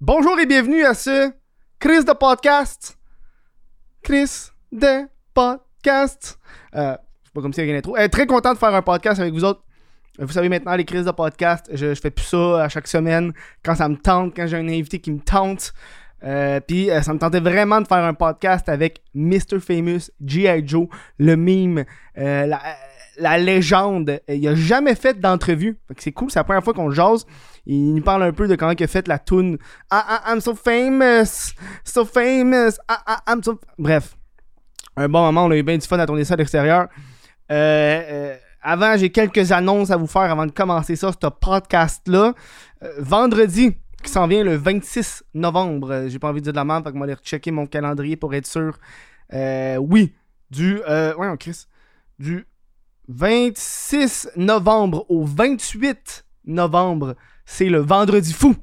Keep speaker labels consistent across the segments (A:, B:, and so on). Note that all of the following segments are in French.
A: Bonjour et bienvenue à ce Chris de podcast. Chris de podcast. Euh, c'est pas comme s'il y avait une intro. Euh, très content de faire un podcast avec vous autres. Vous savez maintenant, les crises de podcast, je, je fais plus ça à chaque semaine quand ça me tente, quand j'ai un invité qui me tente. Euh, Puis euh, ça me tentait vraiment de faire un podcast avec Mr. Famous, G.I. Joe, le mime, euh, la, la légende. Il a jamais fait d'entrevue. Fait que C'est cool, c'est la première fois qu'on jase. Il nous parle un peu de comment il a fait la toune I- I- I'm so famous, so famous, I- I- I'm so. Bref un bon moment. On a eu bien du fun à tourner ça à l'extérieur. Euh, euh, avant, j'ai quelques annonces à vous faire avant de commencer ça, ce podcast-là. Euh, vendredi, qui s'en vient le 26 novembre. Euh, j'ai pas envie de dire de la merde, fait que moi, aller rechecker mon calendrier pour être sûr. Euh, oui, du. Euh, ouais, on Chris. Du 26 novembre au 28 novembre, c'est le vendredi fou.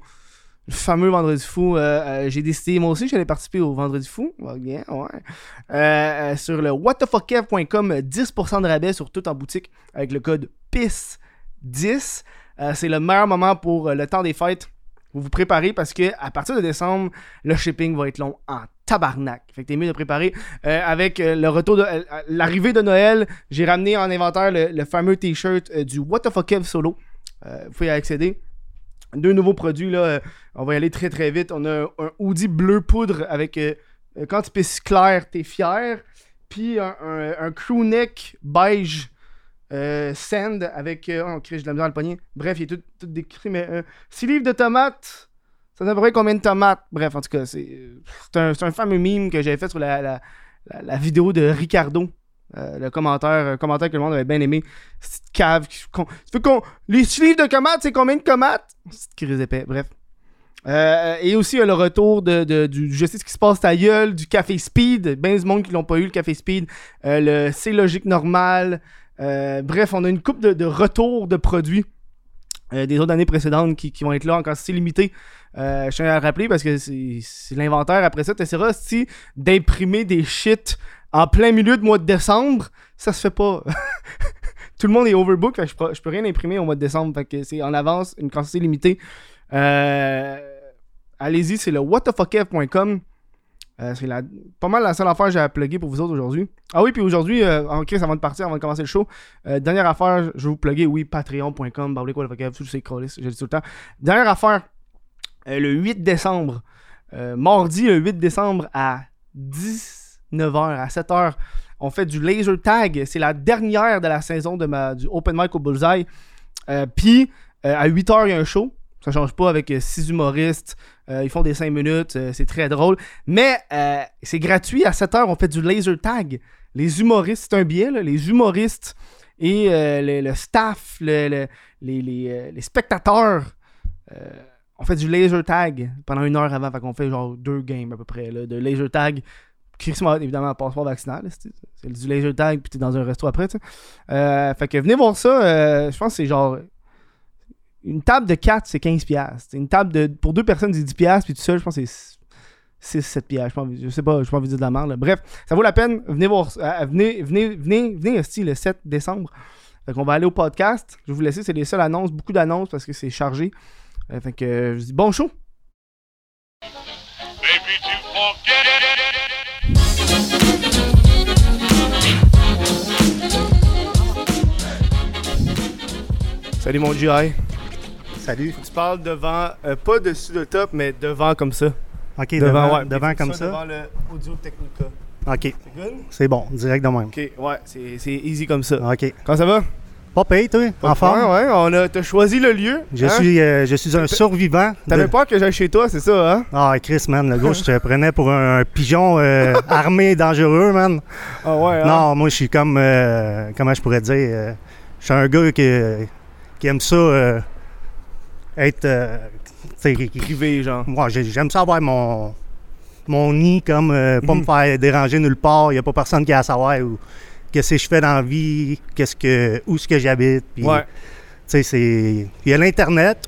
A: Le fameux vendredi fou. Euh, euh, j'ai décidé, moi aussi, j'allais participer au vendredi fou. Ouais, bien, ouais. Euh, euh, sur le whatthefuckev.com, euh, 10% de rabais sur tout en boutique avec le code PIS10. Euh, c'est le meilleur moment pour euh, le temps des fêtes. Vous vous préparez parce que à partir de décembre, le shipping va être long en tabarnak. Fait que t'es mieux de préparer. Euh, avec euh, le retour de euh, l'arrivée de Noël, j'ai ramené en inventaire le, le fameux t-shirt euh, du What the Fuck Kev Solo. Euh, vous pouvez y accéder. Deux nouveaux produits là, euh, on va y aller très très vite. On a un, un hoodie bleu poudre avec euh, euh, quand tu pisses clair, t'es fier. Puis un, un, un crew neck beige euh, sand avec. euh, oh, Chris, j'ai de la misère à le poignet. Bref, il est tout, tout décrit. Mais 6 livres de tomates. Ça fait combien de tomates Bref, en tout cas, c'est euh, c'est un, c'est un fameux mime que j'avais fait sur la, la, la- la vidéo de Ricardo. Euh, le commentaire, un commentaire que le monde avait bien aimé. Cette cave. qui- qu'on- tu veux qu'on- les 6 livres de tomates, c'est combien de tomates C'est crise épais. Bref. Euh, et aussi, il y a le retour de, de- du Je sais ce qui se passe ta gueule, du Café Speed. Ben du monde qui l'ont pas eu, le Café Speed. Euh, le C'est logique normal. Euh, bref, on a une coupe de, de retours de produits euh, des autres années précédentes qui, qui vont être là en quantité limitée. Euh, je tiens à le rappeler parce que c'est c'est l'inventaire. Après ça, tu essaieras si, d'imprimer des shit en plein milieu de mois de décembre. Ça se fait pas. Tout le monde est overbook. fait que je, peux- je peux rien imprimer au mois de décembre. Fait que c'est en avance, une quantité limitée. Euh, allez-y, c'est le whatthefuckev.com. Euh, c'est la- pas mal la seule affaire que j'ai à plugger pour vous autres aujourd'hui. Ah oui, puis aujourd'hui, euh, en crise, avant de partir, avant de commencer le show, euh, dernière affaire, je vais vous plugger, oui, patreon.com, bablé quoi, le tout, c'est crawliste, je le dis tout le temps. Dernière affaire, euh, le 8 décembre, euh, mardi le 8 décembre à 19h, à 7h, on fait du laser tag. C'est la dernière de la saison de ma, du Open Mic au Bullseye. Euh, Puis, euh, à 8h, il y a un show. Ça change pas avec 6 humoristes. Euh, ils font des 5 minutes. euh, c'est très drôle. Mais euh, c'est gratuit. À 7h, on fait du laser tag. Les humoristes, c'est un billet. là, les humoristes et euh, le, le staff, le- le- les, les, euh, les spectateurs. euh, on fait du laser tag pendant une heure avant. Fait qu'on fait genre deux games à peu près là, de laser tag. Chris Mott, évidemment, un passeport vaccinal. là, C'est c'est du laser tag, puis t'es dans un resto après. tu sais. Euh, fait que venez voir ça. euh, je pense que c'est genre. Une table de 4, c'est 15$. piastres. Une table de, pour deux personnes, c'est 10$. piastres, Puis tout seul, je pense que c'est 6-7$. piastres. J'ai pas envie- Je sais pas, je pas envie de dire de la merde. là. Bref, ça vaut la peine. Venez voir. ça. Euh, venez, venez, venez, venez aussi le 7 décembre. Fait qu'on va aller au podcast. Je vais vous laisser. C'est les seules annonces, beaucoup d'annonces parce que c'est chargé. Euh, fait que euh, je vous dis bon show.
B: Baby, you forget it.
A: Salut mon GI.
C: Salut.
A: Tu parles devant, euh, pas dessus le top, mais devant comme ça.
C: OK, devant, devant,
A: ouais. Puis
C: comme ça.
A: Devant le Audio Technica.
C: OK,
A: C'est good?
C: c'est bon, direct de même.
A: Ok, ouais, c'est c'est easy comme ça.
C: OK.
A: Comment ça va?
C: Pas payé, toi, en forme.
A: Ouais, ouais, on a, t'as choisi le lieu.
C: Je,
A: hein?
C: suis, euh, je suis un survivant.
A: T'avais
C: de-
A: peur que j'aille chez toi, c'est ça, hein?
C: Ah, Chris, man, le gars, je te prenais pour un, un pigeon euh, armé et dangereux, man.
A: Ah ouais, hein?
C: Non, moi, je suis comme. euh, comment je pourrais dire euh, Je suis un gars qui, qui aime ça euh, être. euh, tu sais, qui- qui-
A: Privé, genre.
C: moi, j'ai- j'aime ça avoir mon, mon nid, comme euh, pas
A: Mhm.
C: me faire déranger nulle part. Il n'y a pas personne qui a à savoir où, qu'est-ce que je fais dans la vie, qu'est-ce que, où est-ce que j'habite. Puis,
A: Ouais.
C: tu sais, c'est- Il y a l'Internet,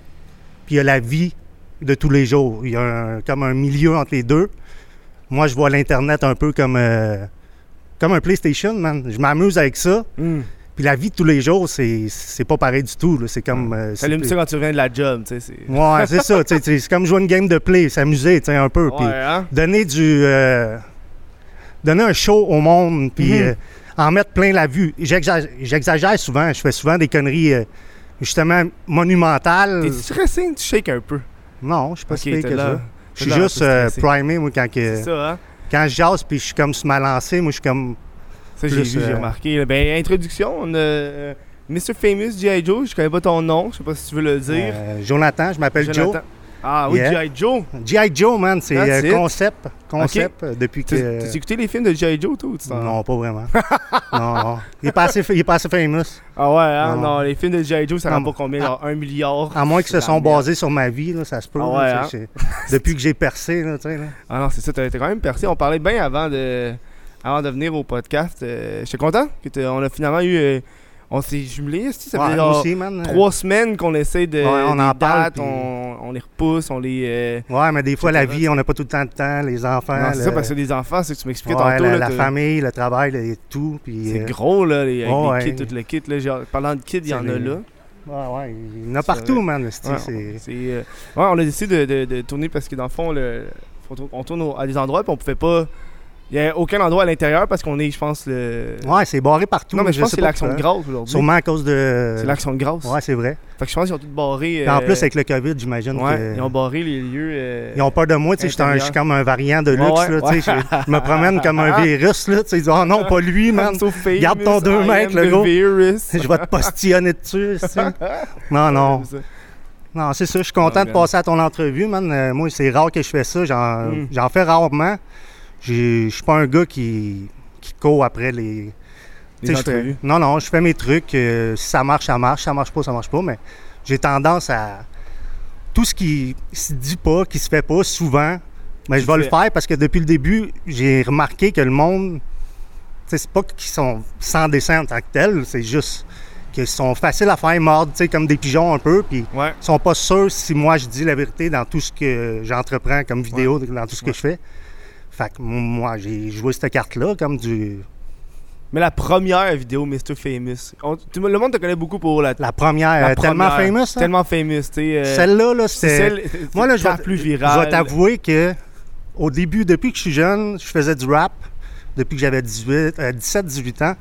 C: puis il y a la vie de tous les jours. Il y a un- comme un milieu entre les deux. Moi, je vois l'Internet un peu comme, euh, comme un PlayStation, man. Je m'amuse avec ça.
A: Hmm.
C: Puis la vie de tous les jours, c'est c'est pas pareil du tout. là. C'est comme. euh, c'est-
A: T'allumes ça quand tu reviens de la job, tu sais. c'est-
C: Ouais, c'est ça. tu sais, tu sais, C'est comme jouer une game de play, s'amuser tu sais, un peu. puis
A: Ouais, hein?
C: donner du euh, donner un show au monde puis
A: Mhm.
C: euh, en mettre plein la vue. J'exa- J'exagère souvent, je fais souvent des conneries euh, justement monumentales.
A: T'es stressé, tu shakes un peu.
C: Non, je suis Euh, pas
A: Ok,
C: si pire
A: t'es
C: que
A: là-
C: ça.
A: t'es
C: Je suis
A: là un peu
C: juste euh,
A: stressé.
C: primé moi quand que-
A: C'est ça, hein?
C: quand je jase puis je suis comme sur ma lancée, moi je suis comme
A: Ça, j'ai
C: plus,
A: vu, j'ai
C: euh,
A: remarqué. là. Ben, introduction, on a euh, Mr. Famous G.I. Joe. Je connais pas ton nom, je sais pas si tu veux le dire.
C: euh, Jonathan, je m'appelle Joe.
A: Jonathan. Ah oui,
C: Yeah.
A: G.I. Joe.
C: G.I. Joe man, c'est
A: That's
C: euh,
A: it.
C: concept, concept euh, depuis
A: T'as
C: que
A: t'as-tu écouté les films de G.I. Joe, toi? ou tu t'en-
C: non, pas vraiment. non, non. Il est pas assez, il est pas assez famous.
A: Ah ouais, hein?
C: Non.
A: non. les films de G.I. Joe, ça
C: Non,
A: rend
C: mais-
A: pas combien, genre un milliard.
C: À moins qu'ils se
A: la
C: sont
A: merde.
C: basés sur ma vie, là, ça se peut.
A: Ah
C: là,
A: ouais,
C: tu sais, c'est- Depuis que j'ai percé, là, tu sais. là.
A: Ah non, c'est ça, t'as t'as quand même percé. On parlait bien avant de, avant de venir au podcast. Euh, J'étais content que t'aies- on a finalement eu. euh, on s'est jumelés, c'est-tu? ça
C: Ouais,
A: fait
C: moi
A: genre
C: aussi, man.
A: trois semaines qu'on essaie de.
C: Ouais, on
A: des
C: en parle,
A: dates,
C: puis-
A: on, on les repousse, on les. euh,
C: Ouais, mais des fois, la
A: Etc.
C: vie, on n'a pas tout le temps de temps, les enfants.
A: non, c'est
C: le-
A: ça, parce que les enfants, c'est que tu m'expliquais
C: ouais,
A: tantôt.
C: la,
A: là,
C: la
A: t'as-
C: famille, le travail, le- et tout. Puis,
A: C'est
C: euh,
A: gros, là, les, avec
C: Ouais.
A: les kits, tout le kit. Là, genre, parlant de kits, il y
C: C'est
A: en a
C: les-
A: là.
C: ouais, ouais, il y en a
A: C'est
C: partout,
A: vrai.
C: man. le style,
A: Ouais,
C: c'est-
A: c'est, euh, ouais, on a décidé de, de- de tourner parce que dans le fond, le- on tourne- on tourne au- à des endroits puis on pouvait pas. Il n'y a aucun endroit à l'intérieur parce qu'on est, je pense, le.
C: Ouais, c'est barré partout.
A: non, mais je, pense
C: sais
A: que c'est
C: pas
A: l'action de
C: pourquoi.
A: grâce aujourd'hui.
C: Sûrement à cause de.
A: C'est l'action de grâce.
C: Ouais, c'est vrai.
A: Fait que je pense qu'ils ont tout barré.
C: Puis En
A: euh,
C: plus, avec le COVID, j'imagine
A: ouais,
C: que.
A: ils ont barré les lieux. euh,
C: Ils ont peur de moi, tu sais, j'étais un- je suis
A: Intérieur.
C: comme un variant de luxe,
A: Ouais,
C: là, tu sais,
A: ouais.
C: je, je me promène comme un virus, là, tu sais, ils disent, oh non, pas lui,
A: I'm
C: man,
A: so famous,
C: Garde ton deux
A: I
C: mètres,
A: am
C: le
A: the
C: gars.
A: virus.
C: je vais te postillonner dessus, tu sais. Non, non, Non, c'est ça. Je suis content
A: Ah,
C: de
A: bien.
C: passer à ton entrevue, man. Euh, moi, c'est rare que je fais ça. J'en
A: Mm.
C: j'en fais rarement. J'ai- Je suis pas un gars qui, qui court après les. tu sais,
A: Les
C: je fais-
A: entrevues.
C: Non, non, je fais mes trucs. euh, si ça marche, ça marche. Ça marche pas, ça marche pas. Mais j'ai tendance à. Tout ce qui se dit pas, qui se fait pas souvent, mais
A: Tu
C: je vais
A: le
C: le
A: fais.
C: faire parce que depuis le début, j'ai remarqué que le monde. tu sais, C'est pas qu'ils sont sans dessin en tant que tel, c'est juste qu'ils sont faciles à faire mordre, tu sais, comme des pigeons un peu. Puis
A: Ouais.
C: ils sont pas sûrs si moi je dis la vérité dans tout ce que j'entreprends comme vidéo, dans tout ce que
A: Ouais.
C: je fais. Fait que moi, j'ai joué cette carte-là comme du.
A: Mais la première vidéo Mr. Famous. On- tout le monde te connaît beaucoup pour la,
C: La première,
A: la
C: euh, tellement
A: première.
C: famous. hein?
A: Tellement famous, tu sais. euh,
C: Celle-là, là,
A: c'est
C: c'était.
A: celle-
C: Moi, là,
A: c'est
C: je vais,
A: la plus
C: je
A: virale.
C: vais t'avouer que au début, depuis que je suis jeune, je faisais du rap. Depuis que j'avais 18, euh, 17, 18 ans.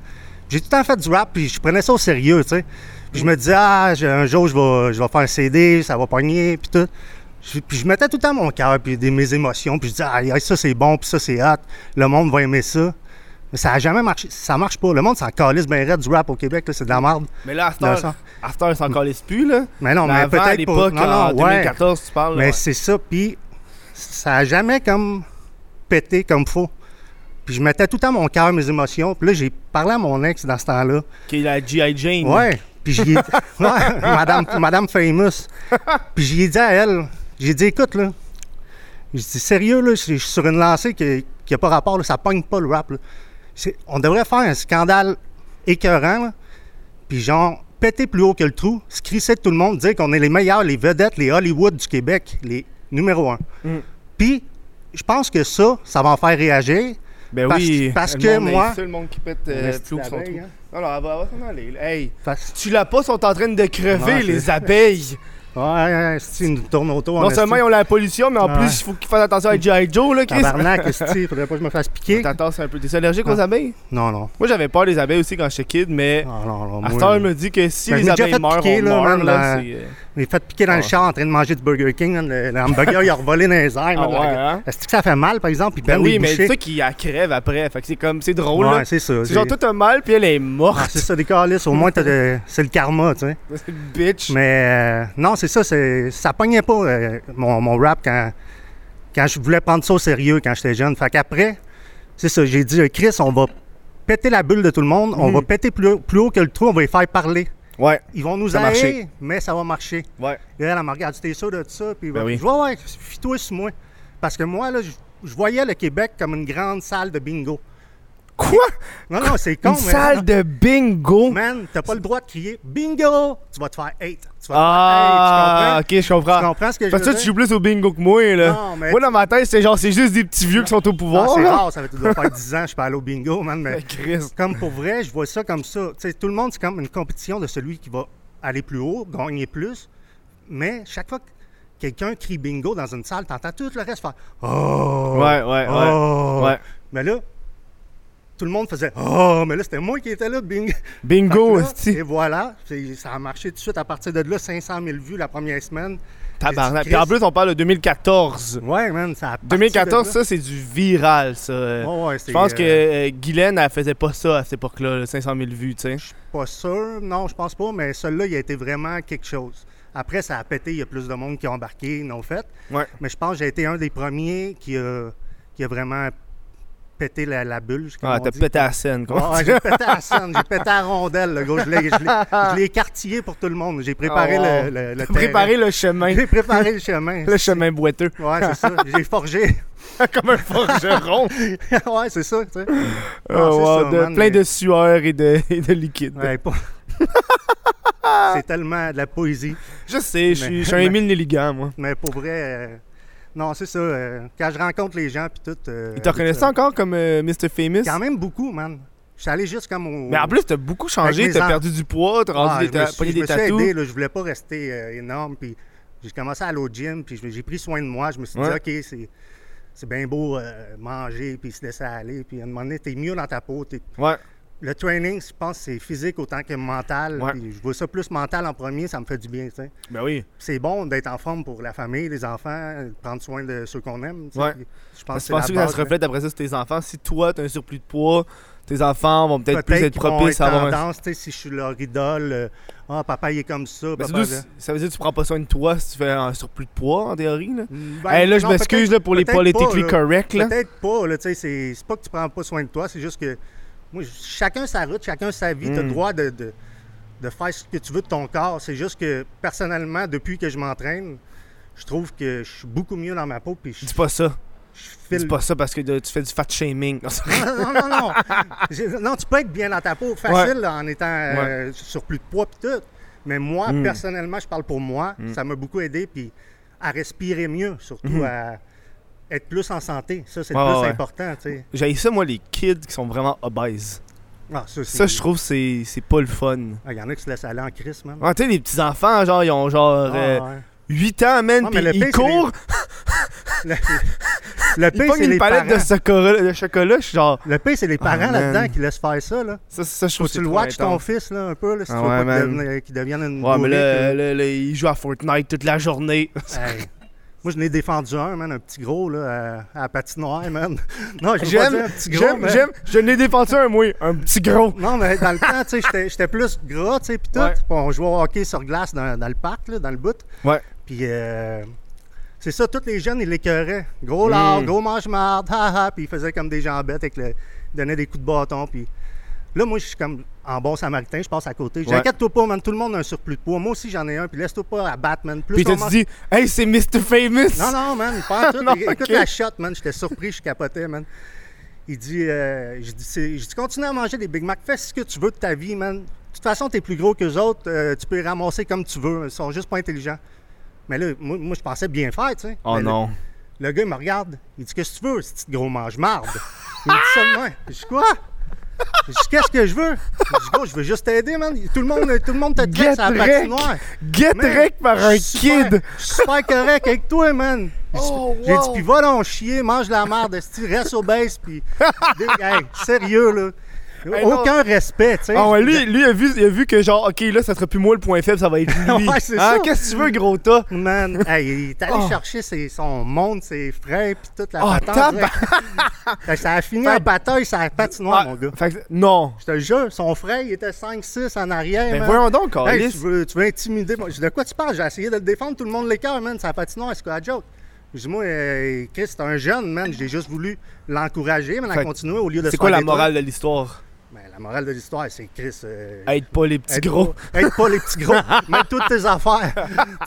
C: J'ai tout le temps fait du rap, puis je prenais ça au sérieux, tu sais. Puis je me disais, ah, j'ai- un jour, je vais, je vais faire un CD, ça va pogner, puis tout. Je- Puis je mettais tout le temps mon cœur, puis des, mes émotions, puis je disais, ah, yeah, ça c'est bon, puis ça c'est hot, le monde va aimer ça. Mais ça a jamais marché, ça marche pas. Le monde s'en calisse bien raide du rap au Québec, là, c'est de la merde.
A: Mais là, à cette
C: Dans le
A: heure,
C: sens-
A: à cette heure, ils s'en calissent plus, là.
C: Mais non,
A: mais
C: mais
A: avant, à
C: peut-être pas.
A: l'époque, en 2014, tu parles. euh,
C: Mais
A: ouais.
C: c'est ça, puis ça a jamais comme pété comme faux. Puis je mettais tout le temps mon cœur, mes émotions. Puis là, j'ai parlé à mon ex dans ce temps-là.
A: Qui est la G.I. Jane.
C: Ouais. Puis j'y ai... ouais, Madame, Madame Famous. Puis j'y ai dit à elle, j'ai dit, écoute, là, j'ai dit, sérieux, là, je suis je suis sur une lancée qui n'a pas rapport, là, ça pogne pas le rap. là. C'est- On devrait faire un scandale écœurant, là, puis genre, péter plus haut que le trou, se crisser de tout le monde, dire qu'on est les meilleurs, les vedettes, les Hollywood du Québec, les numéro un.
A: Mm.
C: Puis, je pense que ça, ça va en faire réagir.
A: Ben
C: Parce-
A: oui.
C: parce
A: le
C: que
A: monde
C: moi-
A: haït ça, le monde qui pète euh,
C: Reste
A: plus haut que son
C: la veille,
A: trou.
C: hein.
A: Non, non, elle va, elle va s'en aller. Hey,
C: Parce-
A: tu l'as pas, sont en train de crever,
C: Ouais,
A: les
C: c'est-
A: abeilles.
C: Ouais, ouais, c'est une tourne autour. en
A: non seulement
C: esti.
A: ils ont la pollution, mais en
C: Ouais.
A: plus, il faut qu'ils fassent attention à G.I. Joe, là, Chris.
C: Tabarnak, Ah. esti, faudrait pas que je me fasse piquer.
A: T'attends, c'est un peu. T'es allergique aux
C: Ouais.
A: abeilles?
C: Non, non.
A: Moi, j'avais peur des abeilles aussi quand j'étais kid, mais.
C: Non, non, non.
A: Ah. À cette
C: Ah, moi,
A: heure, il me dit que si
C: Ben, je
A: les
C: m'ai déjà
A: abeilles
C: fait
A: meurent,
C: piquer,
A: on
C: là,
A: meurt,
C: man,
A: là.
C: dans-
A: c'est, euh,
C: je m'ai fait piquer dans le
A: Ah.
C: char en train de manger du Burger King. man. Le, le hamburger, il a revolé dans les airs.
A: Ah
C: man.
A: ouais, hein?
C: Est-ce que ça fait mal, par exemple? Puis
A: Ben
C: ben
A: oui,
C: les
A: mais
C: bouchées.
A: tu sais qu'il la crève après. Fait que c'est comme, c'est drôle, là.
C: Ouais, c'est ça.
A: C'est genre tout un mal, puis elle est
C: Ah,
A: morte.
C: c'est ça, des calices. Au moins, t'as de- c'est le karma, tu sais.
A: C'est une bitch.
C: Ah, Mais euh, non, c'est ça. c'est- Ça pognait pas, euh, mon, mon rap, quand, quand je voulais prendre ça au sérieux quand j'étais jeune. Fait qu'après, c'est ça, j'ai dit, euh, Chris, on va péter la bulle de tout le monde. On
A: Mhm.
C: va péter plus, haut- plus haut que le trou. On va les faire parler.
A: Ouais,
C: Ils vont nous
A: Ça va
C: haïr,
A: marcher.
C: mais ça va marcher.
A: ouais.
C: Et elle, elle me regarde, t'es sûr de ça? Puis
A: Ben
C: je
A: oui.
C: dis, ouais, ouais, fie-toi sur moi. Parce que moi, là, je, je voyais le Québec comme une grande salle de bingo.
A: Quoi?
C: Non, non, c'est con,
A: Une
C: man.
A: salle de bingo?
C: Man, t'as pas le droit de crier bingo! Tu vas te faire hate. Tu vas
A: Ah,
C: te faire hate, tu comprends?
A: ok, je comprends.
C: Tu comprends ce que je
A: Parce
C: veux
A: que toi, tu
C: dire?
A: joues plus au bingo que moi, là.
C: Non, mais-
A: Moi, dans ma tête, c'est genre, c'est juste des petits vieux qui sont au pouvoir.
C: Ah, c'est
A: là.
C: rare, ça fait tu dois faire 10 ans, je suis pas allé au bingo, man, mais.
A: Mais Chris.
C: Comme pour vrai, je vois ça comme ça. Tu sais, tout le monde, c'est comme une compétition de celui qui va aller plus haut, gagner plus. Mais chaque fois que quelqu'un crie bingo dans une salle, t'entends tout le reste faire Oh!
A: Ouais, ouais,
C: oh.
A: ouais. Ouais.
C: Mais là, tout le monde faisait Oh! Mais là, c'était moi qui étais là, bingo!
A: Bingo,
C: Fait que là,
A: hostie.
C: Et voilà, c'est- ça a marché tout de suite. À partir de là, 500 000 vues la première semaine.
A: Tabarnak.
C: J'ai dit,
A: Puis en
C: Christ.
A: plus, on parle de 2014.
C: Ouais, man, ça a parti de
A: 2014,
C: là.
A: ça, c'est du viral, ça.
C: Ouais, ouais,
A: Je
C: c'est,
A: pense que
C: euh,
A: euh, Guylaine, elle faisait pas ça à cette époque-là, là, 500 000 vues, tu sais.
C: Pas sûr, non, je pense pas, mais celui-là, il a été vraiment quelque chose. Après, ça a pété, il y a plus de monde qui a embarqué, non fait.
A: Ouais.
C: Mais je pense que j'ai été un des premiers qui a, qui a vraiment pété la, la bulle. comme
A: Ah,
C: on
A: t'as
C: dit.
A: pété la scène, quoi.
C: Ah, j'ai pété à la scène, j'ai pété à la rondelle, le gars. Je l'ai- je l'ai- je l'ai écartillé pour tout le monde. J'ai préparé
A: Oh, wow.
C: le, le, le
A: T'as préparé le chemin.
C: terrain. J'ai préparé le chemin.
A: Le chemin boiteux.
C: Ouais, c'est ça. J'ai forgé.
A: Comme un forgeron.
C: ouais, c'est ça, tu sais.
A: Oh,
C: Ah, c'est
A: wow,
C: ça,
A: de-
C: man,
A: plein
C: mais-
A: de sueur et de, et de liquide.
C: Ouais, pas- c'est tellement de la poésie.
A: Je sais, je suis-
C: Mais-
A: je suis un
C: mais-
A: Émile Nelligan, moi.
C: Mais pour vrai, euh, non, c'est ça. euh, quand je rencontre les gens, puis tout. euh,
A: Ils te reconnaissent
C: euh,
A: encore comme euh, Mr. Famous?
C: Quand même beaucoup, man. Je suis allé juste comme au.
A: Mais en plus, t'as beaucoup
C: Avec
A: changé,
C: mes
A: t'as
C: ans.
A: perdu du poids, t'as
C: Ah,
A: rendu des,
C: je me
A: ta-
C: suis-
A: pogné
C: je
A: des
C: me suis aidé,
A: tatous.
C: là, je voulais pas rester euh, énorme, puis j'ai commencé à aller au gym, puis je- j'ai pris soin de moi. Je me suis
A: Ouais.
C: dit, OK, c'est. C'est bien beau euh, manger puis se laisser aller. Puis à un moment donné, t'es mieux dans ta peau. t'es-
A: Ouais.
C: Le training, je pense, c'est physique autant que mental.
A: Ouais.
C: Puis je vois ça plus mental en premier, ça me fait du bien. tu sais.
A: Ben oui.
C: C'est bon d'être en forme pour la famille, les enfants, euh, prendre soin de ceux qu'on aime. tu sais.
A: Ouais.
C: Puis Je pense
A: Parce
C: que euh,
A: que
C: c'est
A: je
C: la
A: pense que ça
C: base,
A: se
C: là.
A: reflète après ça sur tes enfants. Si toi, t'as un surplus de poids, tes enfants vont peut-être plus être
C: qu'ils vont
A: propices à avoir un.
C: tendance, tu sais, si je suis leur idole, euh, ah, papa, il est comme ça,
A: Mais
C: papa,
A: Ben, surtout,
C: là.
A: si- ça veut dire que tu prends pas soin de toi si tu fais un surplus de poiids, en théorie. Là,
C: Ben,
A: Hey, là je
C: non,
A: m'excuse
C: peut-être-
A: là, pour les
C: peut-être
A: politically
C: pas, là.
A: corrects. là.
C: Peut-être pas, là, tu sais, c'est c'est pas que tu prends pas soin de toi, c'est juste que, moi, je- chacun sa route, chacun sa vie, t'as le
A: Mm.
C: droit de, de- de faire ce que tu veux de ton corps, c'est juste que, personnellement, depuis que je m'entraîne, je trouve que je suis beaucoup mieux dans ma peau, puis je,
A: Dis pas ça.
C: je
A: Dis
C: file...
A: pas ça parce que de- tu fais du fat shaming. Non, c'est vrai.
C: non, non, non. J'ai- non, tu peux être bien dans ta peau facile là, en étant euh, sur plus de poids pis tout. Mais moi,
A: Mm.
C: personnellement, je parle pour moi,
A: Hmm.
C: ça m'a beaucoup aidé puis à respirer mieux, surtout à être plus en santé. Ça, c'est
A: Ouais,
C: le plus
A: ouais, ouais.
C: important, tu sais.
A: J'ai ça, moi, les kids qui sont vraiment obèses.
C: Ah, ça,
A: Ça, je trouve, c'est c'est pas le fun.
C: Ah, Il y en a qui se laissent aller en crise, même.
A: Ah, tu sais, les petits enfants, genre, ils ont genre euh, 8 ans, man,
C: Ah. Ouais,
A: puis
C: mais le
A: ils
C: pire, c'est les-
A: courent,
C: Le, le
A: ils
C: pire,
A: pognent
C: c'est
A: une
C: les
A: palette de
C: parents.
A: chocolat, de chocolat, je suis genre.
C: Le pire, c'est les
A: Ah,
C: parents
A: man.
C: là-dedans qui laissent faire ça. Là.
A: Ça, ça, je
C: Faut
A: trouve
C: que tu
A: c'est
C: le
A: trop
C: watches ton
A: intense.
C: fils là, un peu, là, si
A: Ah,
C: tu veux
A: ouais,
C: pas
A: man.
C: qu'il devienne- qu'il devienne une
A: Ouais, mais
C: bourrique, là.
A: là, là, là, il joue à Fortnite toute la journée.
C: Hey. Moi, je n'ai défendu un, man, un petit gros, là, à, à la patinoire, man. Non, je veux pas
A: J'aime,
C: dire un petit gros,
A: j'aime,
C: mais...
A: j'aime. Je n'ai défendu un, moi, un petit gros.
C: Non, mais dans le temps, tu sais, j'étais- j'étais plus gras, tu sais, puis tout.
A: Ouais.
C: Puis on jouait au hockey sur glace dans, dans le parc, là, dans le bout.
A: Ouais.
C: Puis euh, c'est ça, tous les jeunes, ils l'écœuraient. Gros lard,
A: Mm.
C: gros mange-marde, ha, ha. Puis ils faisaient comme des gens bêtes, avec le... ils donnaient des coups de bâton, puis... Là, moi, je suis comme en bon samaritain, je passe à côté. J'inquiète-toi pas, man, tout le monde a un surplus de poids. Moi aussi, j'en ai un, puis laisse-toi pas à Batman. Plus
A: Puis
C: on
A: t'as
C: mange-
A: dit, hey, c'est Mr. Famous.
C: Non, non, man, il parle tout.
A: Non,
C: Écoute
A: ok.
C: la shot, man. J'étais surpris, je capotais, man. Il dit, euh, je dis, c'est- je dis, continue à manger des Big Mac, fais ce que tu veux de ta vie, man. De toute façon, t'es plus gros que les autres, euh, tu peux les ramasser comme tu veux, ils sont juste pas intelligents. Mais là, moi, moi, je pensais bien faire, tu sais.
A: Oh
C: Mais le-
A: non.
C: Le, gars, il me regarde, il dit, qu'est-ce que tu veux, ce petit gros mange-marde? il me dit ça de même. Je dis, quoi? Je dis, qu'est-ce que je veux? Je dis, gros, je veux juste t'aider, man. Tout le monde, tout le monde te
A: Get
C: traite à la
A: wreck.
C: patinoire.
A: Get
C: Man,
A: wreck par
C: je
A: un
C: suis super-
A: kid.
C: Je suis super correct avec toi, man. J'ai dit-
A: Oh,
C: J'ai dit,
A: wow.
C: puis va donc chier, mange la merde, esti, reste au base, puis. Hey, sérieux, là.
A: Hey, non.
C: Aucun respect, tu sais.
A: Ah ouais, lui, lui a, vu, il a vu que genre, ok, là, ça sera plus moi le point faible, ça va être lui.
C: Ouais, c'est
A: Hein,
C: ça.
A: Qu'est-ce que tu veux, gros tas?
C: Man, hey, il est allé
A: Oh.
C: chercher ses- son monde, ses frères, puis toute la
A: Oh,
C: patente. Fait que ça a fini en
A: Fait-
C: bataille, ça a
A: Ah,
C: patinoire, mon gars. Ben,
A: fait que- non.
C: Je te le jure, son frère, il était 5-6 en arrière.
A: Ben
C: man.
A: voyons donc,
C: Hey,
A: Alice.
C: tu, veux, tu veux intimider. moi. Je dis, de quoi tu parles? J'ai essayé de le défendre, tout le monde l'écœure, man. C'est la patinoire, c'est quoi la joke? Je dis, moi, euh, Chris, c'est un jeune, man. J'ai juste voulu l'encourager, mais
A: Fait
C: la
A: que-
C: continuer au lieu de se
A: C'est quoi
C: faire
A: la
C: détruire.
A: morale de l'histoire?
C: Ben, la morale de l'histoire, c'est Chris. euh,
A: Aide pas les petits
C: aide
A: gros.
C: pas- Aide pas les petits gros. Même toutes tes affaires.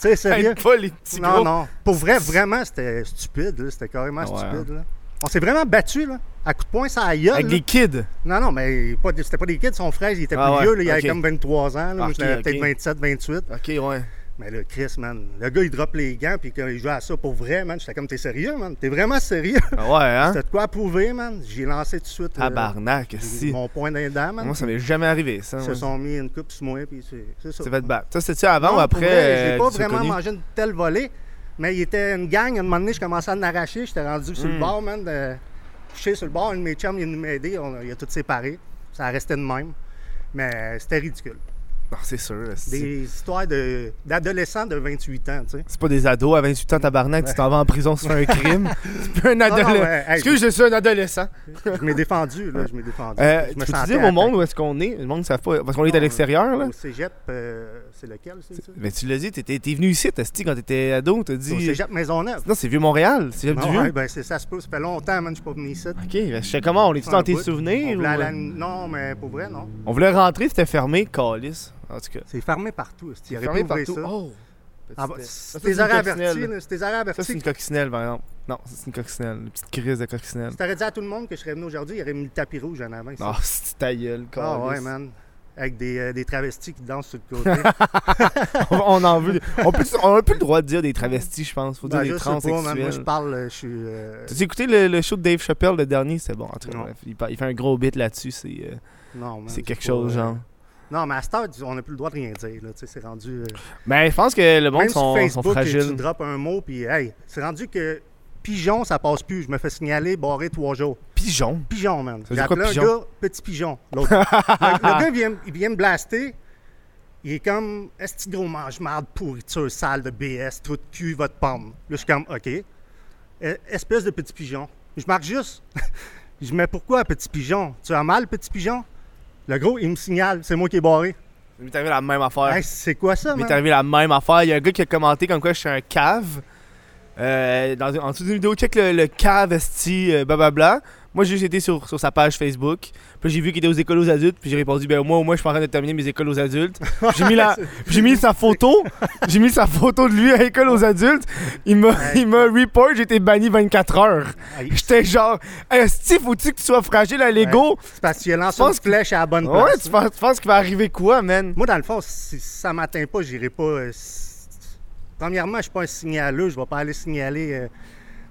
C: tu sais, sérieux?
A: Aide pas les petits
C: non,
A: gros.
C: non. Pour vrai, vraiment, c'était stupide, là. C'était carrément
A: Ah ouais.
C: stupide, là. On s'est vraiment battu, là. À coup de poing, ça aïe.
A: Avec les kids.
C: Non, non, mais pas des- c'était pas des kids, son frère, il était plus
A: Ah ouais,
C: vieux, là, il
A: ok.
C: avait comme 23 ans, là. Moi,
A: Ok,
C: j'avais
A: ok.
C: peut-être 27, 28.
A: Ok, ouais.
C: Mais là, Chris, man, le gars, il drop les gants, puis quand il joue à ça pour vrai, man, j'étais comme, t'es sérieux, man? T'es vraiment sérieux?
A: Ah ouais, hein?
C: T'as de quoi à prouver, man? J'ai lancé tout de suite euh,
A: Tabarnak, si.
C: mon point d'un dent, man.
A: Moi, ça m'est jamais arrivé, ça.
C: Ils
A: moi.
C: se sont mis une coupe sur moi, puis c'est c'est ça.
A: Tu vas te battre. Ça, c'était-tu avant ou après?
C: Je
A: euh,
C: pas
A: tu t'es
C: vraiment
A: connu?
C: mangé une telle volée, mais il était une gang. À un moment donné, je commençais à en arracher. J'étais rendu sur
A: Hmm.
C: le bord, man. De... couché sur le bord. Un de mes chums, il est venu m'aider. On a... Il a tout séparé. Ça restait de même. Mais c'était ridicule.
A: Non, c'est sûr.
C: Des
A: c'est-
C: histoires de- d'adolescents de... 28 ans, tu sais.
A: C'est pas des ados à 28 ans, tabarnak, tu t'en vas en prison si tu fais un crime. C'est pas un
C: non,
A: adolescent.
C: mais, hey,
A: Excuse, je suis un adolescent.
C: Je m'ai défendu, là. Je m'ai défendu.
A: Euh,
C: Je
A: tu
C: me
A: peux-tu
C: sentais
A: dire au
C: atta-
A: monde où est-ce qu'on est? Le monde ne savent pas. Parce qu'on est à
C: Non,
A: l'extérieur, là.
C: Au cégep, euh, c'est lequel, c'est ça?
A: Mais tu l'as dit, t'étais t'es venu ici, Testi, quand t'étais ado, t'as
C: C'est Au
A: dit.
C: cégep Maisonneuve.
A: Non, c'est Vieux-Montréal, c'est
C: Ah
A: du Vieux.
C: ouais, ben c'est ça se peut. Ça fait longtemps, man, je suis pas venu ici.
A: Ok, ben, je sais comment, on est-tu dans
C: Un
A: tes
C: bout. On
A: souvenirs?
C: voulait
A: ou-
C: aller à- Non, mais pour vrai, non.
A: On voulait rentrer, c'était fermé, calice. En tout cas.
C: C'est fermé partout. Il aurait
A: Fermé
C: pu ouvrir
A: partout.
C: ça.
A: Oh!
C: Ah, bah,
A: Petite-
C: c'est
A: Ça,
C: tes
A: une
C: horaires
A: coccinelle.
C: avertis, là, c'est tes horaires
A: Ça, c'est
C: avertis.
A: une coccinelle, par exemple. Non, ça, c'est une coccinelle. Une petite crise de coccinelle.
C: Si t'aurais dit à tout le monde que je serais venu aujourd'hui, il aurait mis le tapis rouge en avant. ici.
A: Ah, c'est ta gueule,
C: Ah ouais,
A: calice.
C: man. Avec des, euh, des travestis qui dansent sur le côté.
A: on, on en veut. On, peut, on a plus le droit de dire des travestis, je pense. Faut dire
C: Ben,
A: des
C: je sais pas, man. Moi, je
A: transsexuels.
C: parle, euh, je suis... euh,
A: T'as écouté le, le show de Dave Chappelle, le dernier? C'est bon, en tout cas,
C: Non.
A: bref, il, par- il fait un gros bit là-dessus. C'est euh,
C: Non, man.
A: c'est quelque
C: pas,
A: chose,
C: euh,
A: genre.
C: Non, mais à cette heure, on n'a plus le droit de rien dire. là, tu sais, C'est rendu... euh,
A: Mais Ben, je pense que le monde
C: Même sur
A: sont, sont
C: Facebook, tu
A: fragiles.
C: drops un mot, puis hey, c'est rendu que pigeon, ça passe plus. Je me fais signaler, barré trois jours.
A: Pigeon.
C: Pigeon, man.
A: Ça veut
C: J'ai
A: dire quoi,
C: appelé un
A: pigeon?
C: gars petit pigeon. L'autre. le, le gars, il vient, il vient me blaster. Il est comme, est-ce que gros mange-marde, pourriture, sale de BS, trou de cul, votre pomme. Là, je suis comme, OK. Euh, espèce de petit pigeon. Je marque juste. je dis, mais pourquoi petit pigeon? Tu as mal, petit pigeon? Le gros, il me signale, c'est moi qui ai barré.
A: Il m'est arrivé la même affaire.
C: Hey, c'est quoi ça,
A: Il m'est
C: man?
A: arrivé la même affaire. Il y a un gars qui a commenté comme quoi je suis un cave. Euh, dans, une- en dessous d'une vidéo, check le, le cave esti, euh, blablabla. Moi, j'ai juste été sur, sur sa page Facebook. Puis j'ai vu qu'il était aux écoles aux adultes. Puis j'ai répondu, ben moi, au moins, je suis en train de terminer mes écoles aux adultes. Puis J'ai mis, la, puis j'ai mis sa photo. J'ai mis sa photo de lui à école aux adultes. Il m'a, il m'a report, j'ai été banni 24 heures.
C: Hey,
A: J'étais genre, esti, faut-tu que tu sois fragile à l'ego?
C: c'est parce qu'il a lancé une
A: penses que-
C: flèche à la bonne
A: Ouais,
C: place.
A: tu penses, tu penses qu'il va arriver quoi, man?
C: Moi, dans le fond, si ça m'atteint pas, j'irai pas. euh, s- Premièrement, je suis pas un signaleux, je vais pas aller signaler. euh, tu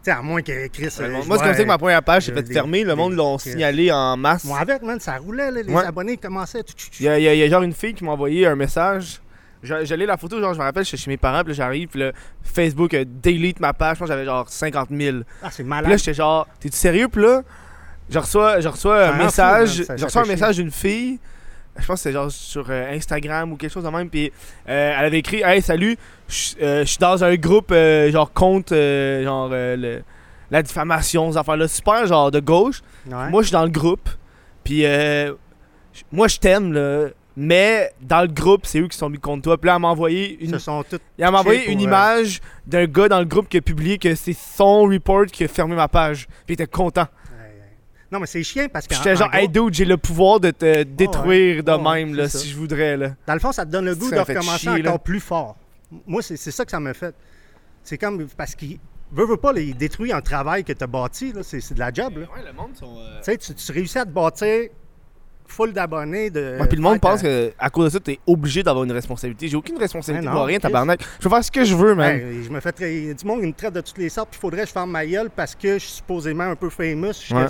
C: sais, à moins que Chris. euh, je
A: Moi, c'est
C: vois,
A: comme ça que ma
C: euh,
A: première page s'est faite
C: des-
A: fermer. Le
C: des-
A: monde l'ont
C: des-
A: signalé en masse.
C: Moi, avec, man, ça roulait, là, les
A: Ouais.
C: abonnés commençaient. tu- tu-
A: Il
C: tu-
A: y, a- il y a- il y a genre une fille qui m'a envoyé un message. J'a- J'allais la photo, genre, je me rappelle, j'étais chez mes parents, puis là, j'arrive, puis là, Facebook euh, delete ma page. Je pense que j'avais genre 50 000.
C: Ah,
A: Puis
C: c'est
A: là,
C: malade.
A: j'étais genre, t'es-tu sérieux? Puis là, je reçois, je reçois
C: Ça
A: un
C: rend fou,
A: message,
C: man, ça-
A: je
C: ça
A: reçois un
C: fait chier.
A: message d'une fille. Je pense que c'est genre sur euh, Instagram ou quelque chose de même. Puis euh, elle avait écrit Hey, salut, je euh, je suis dans un groupe euh, genre contre euh, genre euh, le- la diffamation, ces affaires-là. Super, genre de gauche.
C: Ouais.
A: Moi, je suis dans le groupe. Puis, euh, j- moi, je t'aime, là. Mais dans le groupe, c'est eux qui sont mis contre toi. Puis là, elle m'a envoyé une,
C: Ce sont tous.
A: elle m'a envoyé
C: pour,
A: une
C: euh,
A: image d'un gars dans le groupe qui a publié que c'est son report qui a fermé ma page. Puis, il était content.
C: Non, mais c'est chiant parce que.
A: Puis, j'étais genre, hey, dude, j'ai le pouvoir de te détruire de
C: Ouais, ouais,
A: même, là,
C: c'est ça.
A: si je voudrais, là.
C: Dans le fond, ça te donne le goût
A: Ça
C: de
A: fait
C: recommencer
A: chier, là.
C: encore plus fort. M- Moi, c'est c'est ça que ça me fait. C'est comme. Parce qu'il veut, veut pas, là, il détruit un travail que tu as bâti, là. C'est c'est de la job, là.
A: le monde sont.
C: Tu sais, tu tu réussis à te bâtir full d'abonnés. de...
A: puis le monde
C: faire ta-
A: pense que à cause de ça, t'es obligé d'avoir une responsabilité. J'ai aucune responsabilité
C: Ouais,
A: pour
C: non,
A: rien,
C: Chris.
A: tabarnak. Je peux faire ce que je veux, man.
C: Hey, je me fais tra- il y a du monde qui me traite de toutes les sortes, puis faudrait que je ferme ma gueule parce que je suis supposément un peu famous. Je suis
A: Ouais.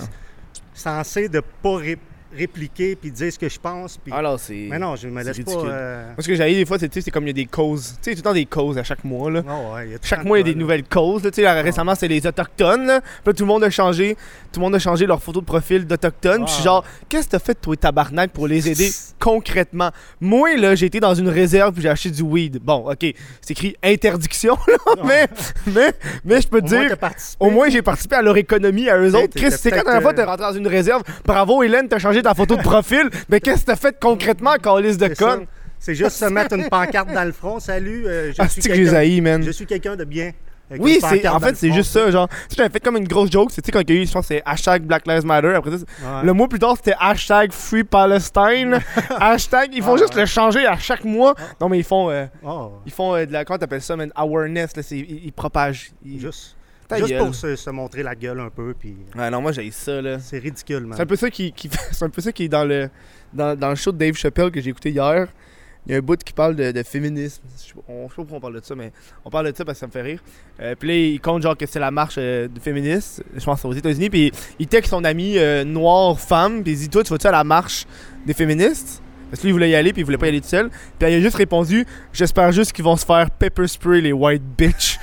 C: censé de pas ré- répliquer puis dire ce que je pense. Puis...
A: Alors, c'est.
C: mais non, je me
A: Ah, c'est
C: laisse
A: ridicule.
C: pas. euh,
A: Moi, ce que j'ai des fois, c'est tu sais, c'est comme il y a des causes. Tu sais, tout le temps des causes à chaque mois. Là.
C: oh, ouais, il y a tout le
A: Chaque
C: temps
A: mois, il y a
C: de
A: des
C: quoi, là.
A: nouvelles causes. Là, Tu sais, là, récemment, c'est les Autochtones. Là. Puis là, tout le monde a changé. Tout le monde a changé leur photo de profil d'Autochtones. Puis je suis
C: Ah.
A: genre, qu'est-ce que t'as fait, toi, tabarnak, pour les aider concrètement? Moi, là, j'ai été dans une réserve puis j'ai acheté du weed. Bon, OK, c'est écrit interdiction, là, mais, mais, mais je peux te
C: Au moins,
A: dire...
C: t'as participé.
A: Au moins, j'ai participé à leur économie, à eux
C: Hey,
A: autres.
C: t'es-
A: Chris,
C: t'es
A: c'est quand la dernière
C: peut-être,
A: fois que t'es
C: euh,
A: rentré dans une réserve? Bravo, Hélène, t'as changé ta photo de profil. Mais qu'est-ce que t'as fait concrètement, calice de
C: C'est ça.
A: con?
C: C'est juste se mettre une pancarte dans le front. Salut, euh, je,
A: Ah,
C: suis
A: c'est que je les
C: quelqu'un,
A: haïs, man.
C: je suis quelqu'un de bien. Avec
A: Oui,
C: une
A: c'est,
C: pancarte
A: en
C: dans
A: fait,
C: le
A: c'est
C: front.
A: juste ça. Genre, tu j'avais fait comme une grosse joke, c'est, tu sais, quand il y a eu, je pense, que c'est hashtag Black Lives Matter. Après ça, c'est-
C: Ouais.
A: le mois plus tard, c'était hashtag Free Palestine. hashtag, ils font
C: Ouais,
A: juste
C: ouais. Ah.
A: le changer à chaque mois. Non, mais ils font, euh,
C: Oh,
A: ils font euh, de la, comment t'appelles ça, man? Awareness, là, c'est, ils, ils propagent. Ils-
C: juste.
A: Ta
C: Juste
A: gueule.
C: pour se, se montrer la gueule un peu, puis
A: Ouais, non, moi j'ai ça, là.
C: c'est ridicule, man.
A: C'est un peu ça qui, qui fait- c'est un peu ça qui est dans le dans, dans le show de Dave Chappelle que j'ai écouté hier. Il y a un bout qui parle de, de féminisme. Je sais pas, on, je sais pas pourquoi on parle de ça, mais on parle de ça parce que ça me fait rire. Euh, puis là, il compte genre que c'est la marche euh, de féministe, je pense que c'est aux États-Unis. Puis il texte son ami euh, noir femme, puis il dit Toi, tu vas-tu à la marche des féministes Parce que lui, il voulait y aller, puis il voulait pas y aller tout seul. Puis il a juste répondu J'espère juste qu'ils vont se faire pepper spray, les white bitch.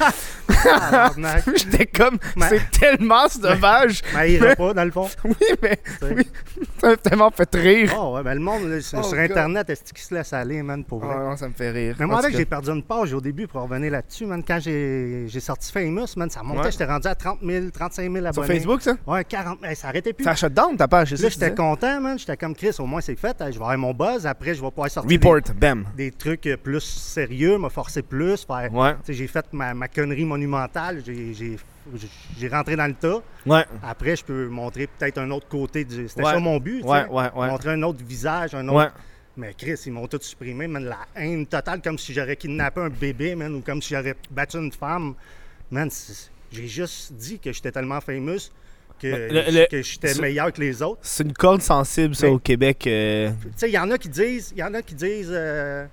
C: Tabarnak.
A: J'étais comme
C: Mais-
A: C'est tellement sauvage.
C: Mais il ira pas, dans le fond.
A: Oui, mais
C: tu sais.
A: Oui. ça m'a tellement fait rire.
C: Oh, ouais, ben le monde, là, sur
A: Oh,
C: sur
A: God.
C: Internet, est-ce qu'il se laisse aller, man, pour
A: Ah
C: vrai?
A: non, ça me fait rire.
C: Mais
A: En
C: moi,
A: tout
C: avec,
A: cas.
C: j'ai perdu une page au début pour revenir là-dessus, man. Quand j'ai j'ai sorti Famous, man, ça montait,
A: Ouais.
C: j'étais rendu à 30 000, 35 000 abonnés.
A: Sur Facebook, ça
C: Ouais, 40 000. Hey, ça arrêtait plus.
A: Ça hein? shut down ta page, c'est ça
C: Là,
A: que tu
C: j'étais
A: disais?
C: content, man. J'étais comme Chris, au moins c'est fait. Hey, Je vais avoir mon buzz. Après, je vais pouvoir sortir
A: Report, bam.
C: des, des trucs euh, plus sérieux, me forcer plus. Faire...
A: Ouais.
C: Tu sais, J'ai fait ma, ma connerie monumentale. J'ai- J'ai j'ai rentré dans le tas.
A: Ouais.
C: Après, je peux montrer peut-être un autre côté du. C'était
A: Ouais.
C: ça mon but. tu sais.
A: Ouais, ouais, ouais.
C: Montrer un autre visage, un autre.
A: Ouais.
C: Mais Chris, ils m'ont tout supprimé, man, la haine totale, comme si j'aurais kidnappé un bébé, man, ou comme si j'aurais battu une femme. Man, c'est- j'ai juste dit que j'étais tellement famous que,
A: Le- le-
C: que j'étais
A: ce-
C: meilleur que les autres.
A: C'est une corde sensible, ça,
C: Mais-
A: au Québec. euh,
C: Tu sais, il y en a qui disent, il y en a qui disent, euh,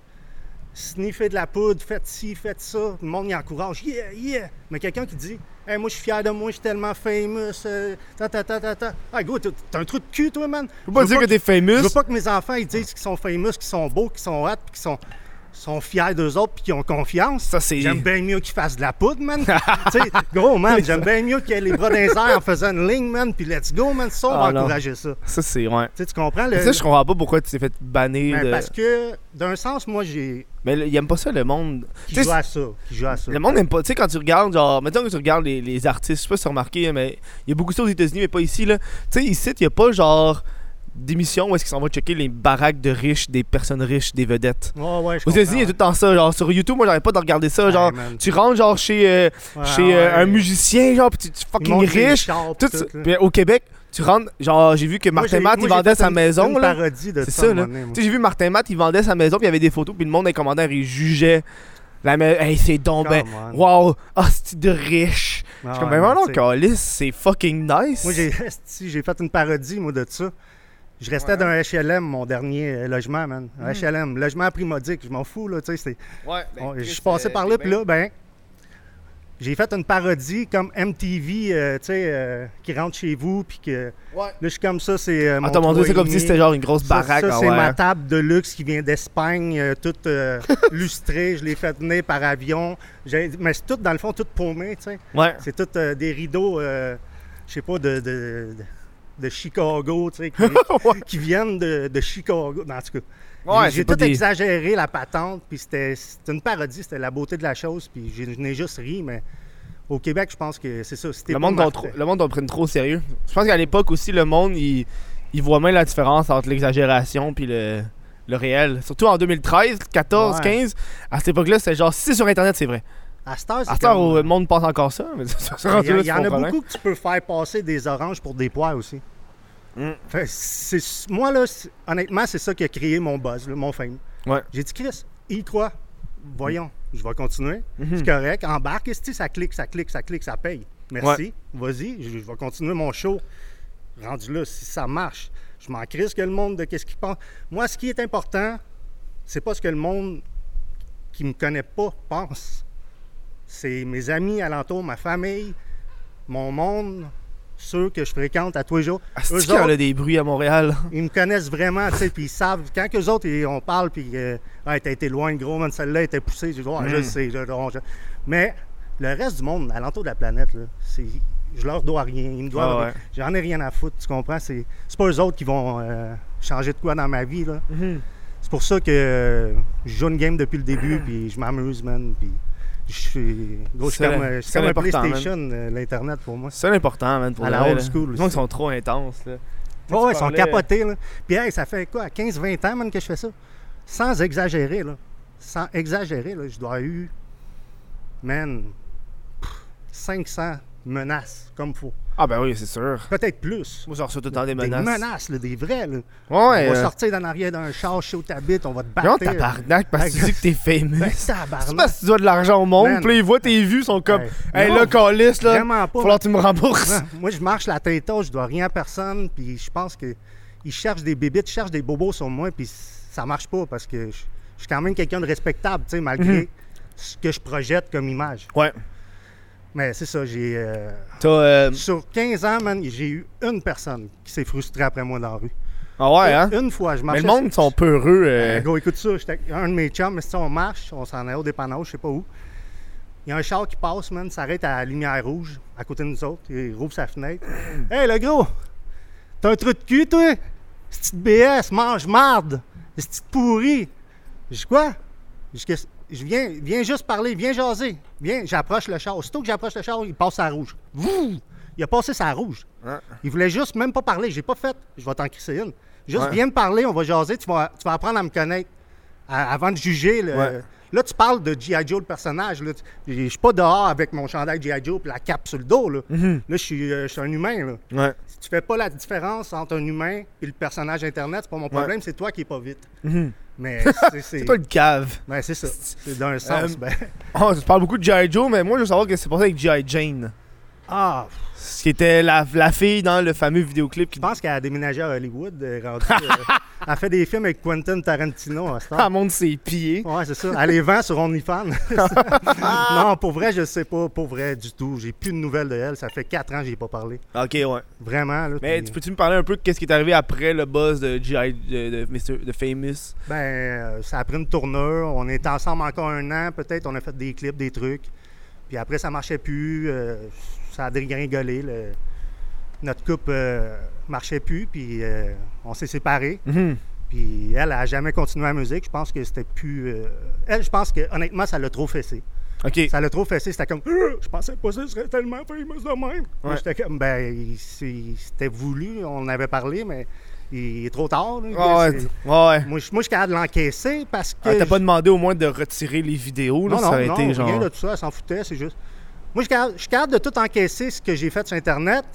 C: sniffez de la poudre, faites ci, faites ça. Le monde y encourage, yeah, yeah. Mais quelqu'un qui dit, hey, moi, je suis fier de moi, je suis tellement famous, euh, ta, ta, ta, ta, ta. Ah, go, t'es t'es un trou de cul, toi, man.
A: Je peux pas
C: Je veux
A: dire que t'es
C: je
A: famous.
C: veux pas que mes enfants ils disent qu'ils sont famous, qu'ils sont beaux, qu'ils sont hâte, qu'ils sont, sont fiers d'eux autres, puis qu'ils ont confiance.
A: Ça, c'est-
C: J'aime bien mieux qu'ils fassent de la poudre, man. tu sais, gros, man, j'aime bien mieux qu'ils aient les bras dans les airs en faisant une ligne, man, puis let's go, man. Ça, on
A: Ah,
C: va
A: non.
C: encourager ça. Tu
A: Ça, c'est. Ouais.
C: sais, tu comprends? Le,
A: Ça, je comprends pas pourquoi tu t'es fait bannir.
C: Ben,
A: de-
C: Parce que, d'un sens, moi, j'ai.
A: Mais le- il aime pas ça, le monde. Tu
C: Qui
A: sais,
C: joue à ça. Qui joue à ça.
A: Le monde aime pas. Tu sais, quand tu regardes, genre, mettons que tu regardes les, les artistes, je sais pas si tu as remarqué, hein, mais il y a beaucoup ça aux États-Unis, mais pas ici, là. Tu sais, ici, il y a pas, genre, d'émission où est-ce qu'ils s'en vont checker les baraques de riches, des personnes riches, des vedettes.
C: Ouais, ouais, je
A: Aux États-Unis, il y a tout le temps
C: comprends,
A: ça. Genre, sur YouTube, moi, j'arrête pas de regarder ça.
C: Ouais,
A: Genre,
C: man.
A: tu rentres, genre, chez, euh,
C: Ouais,
A: chez euh,
C: ouais.
A: un musicien, genre, pis tu, tu
C: Ils
A: fucking
C: montrent les
A: riche.
C: chars,
A: Tout
C: puis
A: ça.
C: tout, là.
A: Puis au Québec, tu rentres, genre, j'ai vu que
C: Moi,
A: Martin
C: j'ai-
A: Matt,
C: moi,
A: il
C: j'ai
A: vendait
C: fait
A: sa
C: une-
A: maison,
C: une
A: là.
C: parodie de
A: C'est
C: ça, à
A: ça, là.
C: un moment donné, moi.
A: Tu sais, j'ai vu Martin Matt, il vendait sa maison, puis il y avait des photos, puis le monde dans les commentaires, il jugeait la maison. Hey, c'est donc ben.
C: Come on.
A: Wow, hostie de riche.
C: Ah,
A: Je suis comme,
C: ouais,
A: ben
C: man,
A: non,
C: tu sais.
A: Calis, c'est fucking nice.
C: Moi, j'ai esti, j'ai fait une parodie, moi, de ça. Je restais dans un HLM, mon dernier euh, logement, man. Un HLM, logement primodique, je m'en fous, là, tu sais. c'est-
A: Ouais,
C: on- Oh, Je suis
A: euh,
C: passé par là, puis là, ben... J'ai fait une parodie comme MTV, euh, tu sais, euh, qui rentre chez vous, puis que...
A: Ouais.
C: Là, je suis comme ça, c'est euh, mon
A: Attends, mon dieu, Ah, c'est comme si
C: toit
A: c'était genre une grosse
C: ça,
A: baraque.
C: ça,
A: ah
C: c'est
A: ouais.
C: ma table de luxe qui vient d'Espagne, euh, toute euh, lustrée. Je l'ai fait venir par avion. J'ai- Mais c'est tout, dans le fond, tout paumé, tu sais.
A: Ouais.
C: C'est tout euh, des rideaux, euh, je sais pas, de, de, de Chicago, tu sais, qui, qui viennent de, de Chicago. En tout cas,
A: Ouais, c'est
C: j'ai
A: pas
C: tout
A: des-
C: exagéré la patente, puis c'était c'était une parodie, c'était la beauté de la chose, puis j'ai- je n'ai juste ri, mais au Québec, je pense que c'est ça. si t'es
A: Le
C: pas
A: monde, qu'on
C: Martin-
A: tro- le monde, on le prenne trop au sérieux. Je pense qu'à l'époque aussi, le monde, il, il voit même la différence entre l'exagération puis le, le réel. Surtout en 2013, 14,
C: Ouais.
A: 15. À cette époque-là, c'était genre, si c'est sur Internet, c'est vrai.
C: À cette heure, c'est
A: À ce temps,
C: comme- euh,
A: le monde pense encore ça. Mais ça, ça rendu
C: Il y, a-
A: là,
C: il y
A: Ah, c'est
C: en
A: mon
C: a
A: problème.
C: beaucoup que tu peux faire passer des oranges pour des poires aussi.
A: Mm.
C: Fait, c'est- moi, là, c'est- honnêtement, c'est ça qui a créé mon buzz, là, mon fame.
A: Ouais. Hmm.
C: J'ai dit, Chris, il croit. Voyons, je vais continuer. C'est correct. Embarque, esti, ça clique, ça clique, ça clique, ça paye. Merci. Vas-y, je, je vais continuer mon show. Rendu là, si ça marche, je m'en crisse que le monde de qu'est-ce qu'il pense. Moi, ce qui est important, c'est pas ce que le monde qui me connaît pas pense. C'est mes amis alentour, ma famille, mon monde, ceux que je fréquente à tous les jours.
A: Ah, c'est-tu
C: Eux
A: qu'il y en
C: autres,
A: a des bruits à Montréal.
C: ils me connaissent vraiment, tu sais, puis ils savent. Quand qu'eux autres, ils- on parle, puis euh, Ah, t'as été loin, gros, man, celle-là était poussée. Je dis, Ouais, je
A: Mm.
C: sais, je- je- je- Mais le reste du monde, alentour de la planète, là, c'est. Je leur dois rien, ils me doivent
A: Ah
C: rien.
A: ouais.
C: J'en ai rien à foutre, tu comprends? C'est c'est pas eux autres qui vont euh, changer de quoi dans ma vie, là. C'est pour ça que euh, je joue une game depuis le début, puis je m'amuse, man, puis je suis... gros, je suis
A: C'est
C: comme,
A: la-
C: euh, je suis
A: c'est
C: comme un
A: l'important, man.
C: PlayStation, euh, l'Internet, pour moi.
A: C'est ça l'important, man. Pour
C: À
A: le
C: la
A: vrai,
C: old
A: là.
C: school
A: Les gens, ils
C: aussi.
A: sont trop intenses. Là. Tu sais,
C: Ouais,
A: tu
C: ils sont
A: parlais-
C: capotés, là. Puis, hey, ça fait quoi, 15-20 ans, man, que je fais ça? Sans exagérer, là. Sans exagérer, là, je dois avoir eu, man, pff, 500 menaces, comme faut.
A: Ah, ben oui, c'est sûr.
C: Peut-être plus.
A: Moi, j'en reçois tout le temps des
C: Des
A: menaces.
C: menaces, là, des vraies. Là.
A: Ouais,
C: on va
A: euh,
C: sortir d'en arrière d'un char chez où t'habites, on va te
A: Non,
C: battre.
A: tabarnak, parce que tu dis que t'es fameux.
C: Ben,
A: C'est
C: tabarnak.
A: parce que tu dois de l'argent au monde,
C: Man.
A: puis là, ils voient tes vues, ils sont comme,
C: Hey.
A: hey,
C: Non,
A: là, calice, là,
C: Vraiment pas.
A: falloir que tu me rembourses.
C: Ouais, Hein? Moi, je marche la tête haute, je dois rien à personne, puis je pense que ils cherchent des bébites, ils cherchent des bobos sur moi, puis ça marche pas parce que je, je suis quand même quelqu'un de respectable, tu sais,
A: Mhm.
C: malgré ce que je projette comme image.
A: Ouais.
C: Mais c'est ça, j'ai. euh,
A: T'as, euh,
C: Sur 15 ans, man, j'ai eu une personne qui s'est frustrée après moi dans la rue.
A: Ah ouais, hein?
C: Une fois, je
A: Mais
C: marchais.
A: le monde, ils sont peureux.
C: Euh,
A: euh.
C: gros, écoute ça, j'étais avec un de mes chums, mais si on marche, on s'en est au dépannage, je sais pas où. Il y a un char qui passe, man, s'arrête à la lumière rouge, à côté de nous autres, il rouvre sa fenêtre. Hey, le gros, t'as un trou de cul, toi? Cette petite BS, mange marde, cette petite pourrie. Je dis quoi? Je dis que- je viens, viens juste parler, viens jaser. Viens, j'approche le char. Aussitôt que j'approche le char, il passe à rouge. Vouh! Il a passé sa rouge.
A: Hein?
C: Il voulait juste même pas parler. J'ai pas fait. Je vais t'en crisser une. Juste
A: Ouais.
C: viens me parler, on va jaser, tu vas, tu vas apprendre à me connaître. À- avant de juger. le-
A: Ouais.
C: Là, tu parles de G.I. Joe, le personnage. là. Tu- Je suis pas dehors avec mon chandail G.I. Joe et la cape sur le dos. Là,
A: Mhm.
C: Là, je suis euh, je suis un humain. Là.
A: Ouais.
C: Si tu fais pas la différence entre un humain et le personnage Internet, c'est pas mon problème, c'est toi qui es pas vite. Mais c'est- c'est.
A: Mhm. C'est pas le cave.
C: Ben, c'est ça. C'est d'un sens.
A: Euh,
C: ben.
A: Oh, tu parles beaucoup de G.I. Joe, mais moi, je veux savoir ce qui s'est passé avec G.I. Jane.
C: Ah,
A: Ce qui était la, la fille dans le fameux vidéoclip qui
C: je pense qu'elle a déménagé à Hollywood. euh, rendue, euh, elle fait des films avec Quentin Tarantino à ce
A: Ah,
C: temps.
A: monte ses pieds.
C: Ouais, c'est ça. Elle les vend sur OnlyFans.
A: Ah!
C: non, pour vrai, je sais pas. Pour vrai, du tout. J'ai plus de nouvelles de elle. Ça fait 4 ans que j'ai pas parlé.
A: Ok, ouais.
C: Vraiment. Là,
A: Mais
C: puis-
A: tu peux-tu me parler un peu de qu'est-ce qui est arrivé après le buzz de G.I. de, de, Mr. de Famous?
C: Ben, euh, ça a pris une tournure. On est ensemble encore un an, peut-être. On a fait des clips, des trucs. Puis après, ça marchait plus. euh, ça a dégringolé. le- Notre couple euh, marchait plus. Puis euh, on s'est séparés.
A: Mm-hmm.
C: Puis elle a jamais continué la musique. Je pense que c'était plus. euh, Elle, je pense que honnêtement, ça l'a trop fessé.
A: Ok.
C: Ça l'a trop fessé. C'était comme. Euh, Je pensais pas que ce serait tellement famous de même. Moi,
A: Ouais.
C: J'étais comme. Ben, il- c'est- c'était voulu. On en avait parlé, mais il est trop tard. là.
A: Ah ouais.
C: C'est-
A: Ouais.
C: moi, je moi, je suis capable de l'encaisser parce que.
A: Ah, T'as pas
C: je-
A: demandé au moins de retirer les vidéos, là?
C: non,
A: ça
C: non,
A: aurait
C: non,
A: été genre.
C: rien de tout ça, elle s'en foutait, c'est juste. Moi, je suis capable- je suis capable de tout encaisser ce que j'ai fait sur Internet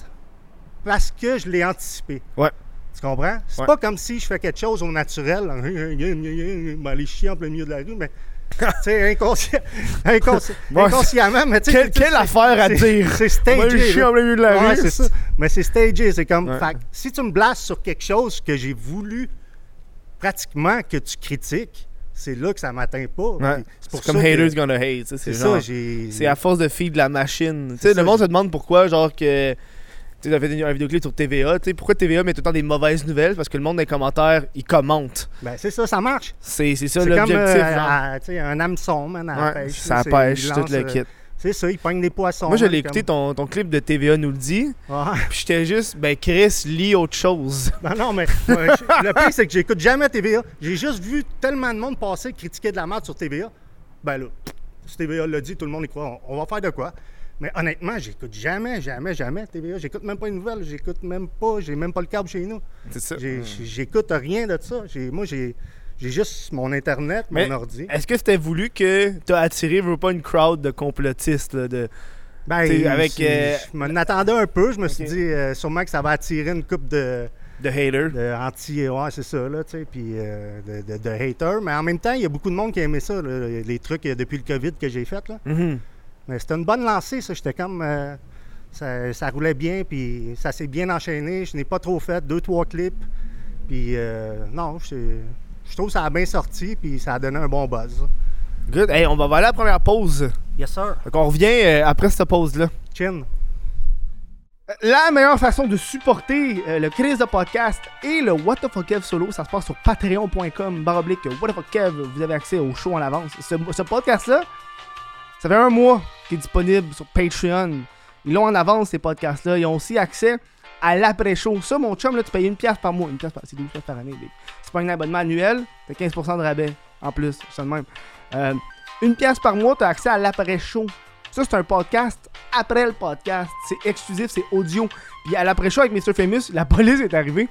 C: parce que je l'ai anticipé.
A: Ouais.
C: Tu comprends? C'est
A: Ouais.
C: pas comme si je fais quelque chose au naturel, hein, m'aller chier en plein milieu de la rue, mais. tu sais, inconscient, inconsci-
A: Ouais.
C: inconsciemment, mais tu sais.
A: Quelle,
C: c'est-
A: quelle affaire à
C: c'est-
A: dire?
C: C'est
A: On va le
C: stagé.
A: chier
C: là.
A: en plein milieu de la
C: Ouais,
A: rue.
C: c'est ça. Mais c'est stagé, c'est comme.
A: Ouais.
C: fait que si tu me blasses sur quelque chose que j'ai voulu pratiquement que tu critiques, c'est là que ça m'atteint pas.
A: Ouais.
C: Puis
A: C'est
C: ça
A: comme
C: que-
A: haters gonna hate. ça, C'est
C: C'est ça,
A: genre.
C: j'ai.
A: C'est à force de filles de la machine. Tu sais,
C: ça,
A: le monde
C: j'ai-
A: se demande pourquoi, genre que. Tu sais, t'as fait une- un vidéoclip sur TVA. Tu sais, pourquoi TVA met tout le temps des mauvaises nouvelles Parce que le monde dans les commentaires, ils commentent.
C: Ben, c'est ça, ça marche.
A: C'est c'est ça
C: C'est comme
A: l'objectif.
C: euh,
A: genre.
C: à- tu sais, un hameçon, man, à la
A: Ouais,
C: pêche.
A: ça
C: là, c'est-
A: pêche,
C: il
A: tout
C: lance,
A: le
C: euh,
A: kit.
C: C'est ça, il pogne des poissons.
A: Moi, je
C: man,
A: l'ai écouté,
C: comme-
A: ton, ton clip de TVA nous le dit.
C: Ouais.
A: Puis j'étais juste, ben Chris, lis autre chose.
C: Non, Ben non, mais moi, je- le pire, c'est que j'écoute jamais TVA. J'ai juste vu tellement de monde passer critiquer de la merde sur TVA. Ben là, si TVA l'a dit, tout le monde y croit. On, on va faire de quoi? Mais honnêtement, j'écoute jamais, jamais, jamais TVA. J'écoute même pas une nouvelle. J'écoute même pas. J'ai même pas le câble chez nous.
A: C'est ça.
C: J'ai- j'ai- J'écoute rien de ça. J'ai- Moi, j'ai j'ai juste mon Internet, mon
A: Mais-
C: ordi.
A: Est-ce que c'était voulu que t'as attiré, veux pas, une crowd de complotistes, là, de...
C: Ben,
A: T'sais, avec,
C: si-
A: euh,
C: je m'en attendais un peu. Je me suis
A: Ok.
C: dit euh, sûrement que ça va attirer une coupe de,
A: de haters?
C: de anti ouais, c'est ça, là, tu sais, puis euh, de, de, de haters. Mais en même temps, il y a beaucoup de monde qui a aimé ça, là, les trucs euh, depuis le COVID que j'ai fait. Là.
A: Mhm.
C: Mais c'était une bonne lancée, ça. J'étais comme. euh, ça, ça roulait bien, puis ça s'est bien enchaîné. Je n'ai pas trop fait, deux, trois clips. Puis euh, non, je, je trouve que ça a bien sorti, puis ça a donné un bon buzz.
A: Good. Hey, on va aller à la première pause.
C: Yes, sir.
A: Fait qu'on revient euh, après cette pause-là.
C: Chin.
D: La meilleure façon de supporter euh, le Chris de podcast et le What the fuck Kev solo, ça se passe sur patreon.com baroblique What the fuck Kev. Vous avez accès au show en avance. Ce, ce podcast-là, ça fait un mois qu'il est disponible sur Patreon. Ils l'ont en avance, ces podcasts-là. Ils ont aussi accès à l'après-show. Ça, mon chum, là, tu payes une pièce par mois. Une pièce par... C'est 12 pièces par année. big. C'est pas un abonnement annuel. T'as 15% de rabais en plus. C'est ça de même. Euh, une pièce par mois, t'as accès à l'après-show. Ça, c'est un podcast après le podcast. C'est exclusif, c'est audio. Puis à l'après-show avec Mr. Famous, la police est arrivée.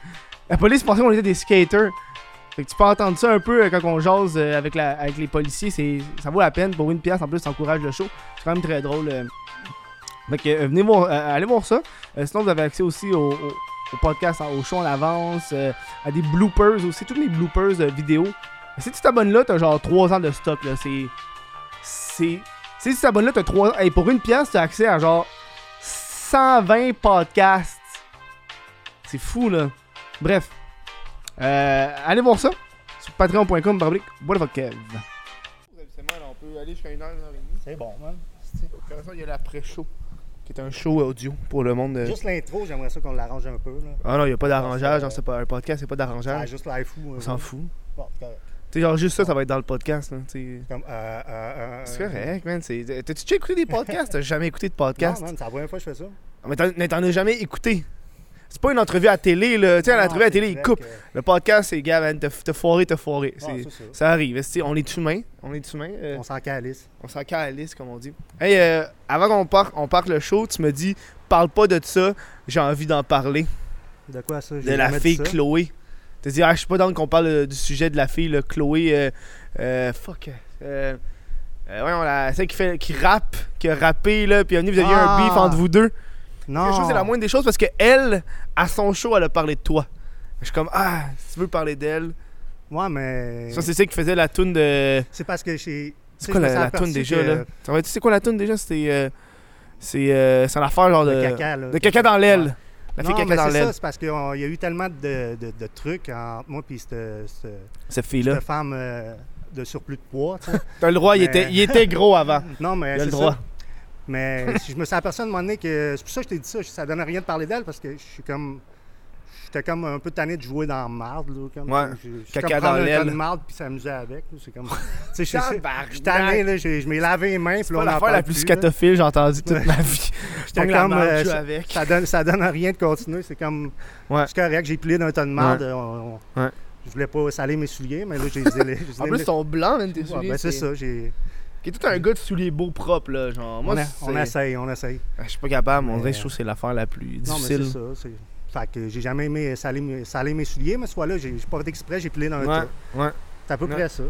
D: La police pensait qu'on était des skaters. Fait que tu peux entendre ça un peu euh, quand on jase euh, avec, la, avec les policiers. C'est, ça vaut la peine. Pour une pièce, en plus, ça encourage le show. C'est quand même très drôle. euh, Donc, euh, venez voir, euh, allez voir ça. Euh, sinon, vous avez accès aussi au, au- au podcast, hein, au show en avance, euh, à des bloopers aussi, tous les bloopers euh, vidéo. Si tu t'abonnes là, t'as genre 3 ans de stock. là. C'est. C'est. Si tu t'abonnes là, t'as 3 ans. Hey, pour une pièce, t'as accès à genre 120 podcasts. C'est fou, là. Bref. Euh, allez voir ça sur patreon.com. barblique, What the fuck, Kev.
A: Habituellement, là, on peut aller jusqu'à 1h, 1h30.
C: C'est bon, man.
A: Après ça, il y a l'après-show, qui est un show audio pour le monde. de-
C: Juste l'intro, j'aimerais ça qu'on l'arrange un peu. Là.
A: Ah non, il n'y a pas d'arrangeage. genre, c'est pas- Un podcast, c'est pas d'arrangeage.
C: Ah, juste l'air fou.
A: on s'en fout.
C: Bon, c'est correct.
A: Tu sais, genre, juste ça, ça va être dans le podcast. là, tu sais.
C: Comme, euh, euh, euh,
A: C'est correct, man. c'est- T'as-tu déjà écouté des podcasts? T'as jamais écouté de podcast?
C: Non, man, c'est la première fois que je fais ça.
A: Ah, Mais t'en- mais t'en as jamais écouté. C'est pas une entrevue à télé, là. Tu sais, à
C: Ah,
A: l'entrevue à télé, ils coupent. Le podcast, c'est, gars, man, t'as t'as foiré, t'as foiré. C'est-
C: ça, c'est ça.
A: Ah, ça arrive. Est-ce que, tu sais, on est humain. On est humain. euh,
C: On s'en calisse.
A: on s'en calisse, comme on dit. Hey, euh, avant qu'on parte, on parte le show, tu me dis, parle pas de ça, j'ai envie d'en parler.
C: De quoi ça?
A: De la fille Chloé. T'as dit, ah, je suis pas donc qu'on parle euh, du sujet de la fille, là, Chloé. euh, euh, fuck. Euh, euh, voyons, la- celle qui, fait, qui rappe, qui a rappé, là, puis à un moment donné, vous aviez
C: Ah.
A: un beef entre vous deux.
C: Non.
A: Je trouve que c'est la moindre des choses parce que elle, à son show, elle a parlé de toi. Je suis comme, ah, si tu veux parler d'elle.
C: Ouais, mais.
A: Ça, c'est celle qui faisait la toune de.
C: C'est parce que j'ai.
A: C'est quoi la, la toune déjà, là Ça va être- Tu sais quoi la toune déjà C'était. euh, c'est euh, c'est une affaire genre de.
C: De caca, là.
A: de caca dans
C: Ouais.
A: l'aile. La fille
C: Non,
A: caca
C: mais
A: dans
C: c'est ça,
A: l'aile.
C: c'est parce qu'il y a eu tellement de, de, de trucs entre moi et cette, cette,
A: Cette
C: cette
A: fille-là.
C: femme euh, de surplus de poids. tu sais.
A: T'as le droit, il,
C: Mais-
A: était, il était gros avant.
C: non,
A: Il
C: mais
A: a
C: c'est
A: le droit.
C: ça. Mais si je me suis aperçu à un moment donné que. C'est pour ça que je t'ai dit ça. je- Ça donne rien de parler d'elle parce que je suis comme. J'étais comme un peu tanné de jouer dans la marde. Là, comme,
A: Ouais.
C: Je- je- je suis
A: Caca
C: comme
A: dans
C: prendre un
A: l'aile.
C: tas de marde puis s'amuser avec. là, C'est comme. tu sais, je- je- je suis
A: Tabarnak.
C: tanné, là. Je, je m'ai lavé les mains. puis
A: C'est
C: là,
A: pas
C: on en
A: l'affaire la
C: parle
A: plus
C: plus, là.
A: scatophile que j'ai entendue toute ma vie.
C: J'étais
A: Pongue la
C: comme.
A: marde,
C: euh,
A: joue
C: ça-
A: avec.
C: Ça donne, ça donne à rien de continuer. C'est comme.
A: Ouais.
C: C'est correct, j'ai pilé d'un ton de marde. on- on-
A: Ouais.
C: Je voulais pas saler mes souliers, mais là, j'ai les ai- je les
A: En
C: ai-
A: plus, ils sont blancs, même tes
C: Ouais,
A: souliers.
C: ben, c'est ça. j'ai-
A: Qui est tout un gars de souliers beaux propres, là. Genre, moi,
C: on, a- on
A: c'est-
C: essaye, on essaye.
A: Ah, Je suis pas capable, mon
C: Mais-
A: dirait que je trouve que c'est l'affaire la plus
C: Non, mais c'est
A: difficile.
C: ça. c'est- Fait que j'ai jamais aimé saler, mes- saler mes souliers, mais ce fois-là, j'ai j'ai pas fait exprès, j'ai pilé dans
A: Ouais,
C: un tas.
A: ouais.
C: C'est à peu
A: Ouais.
C: près ça.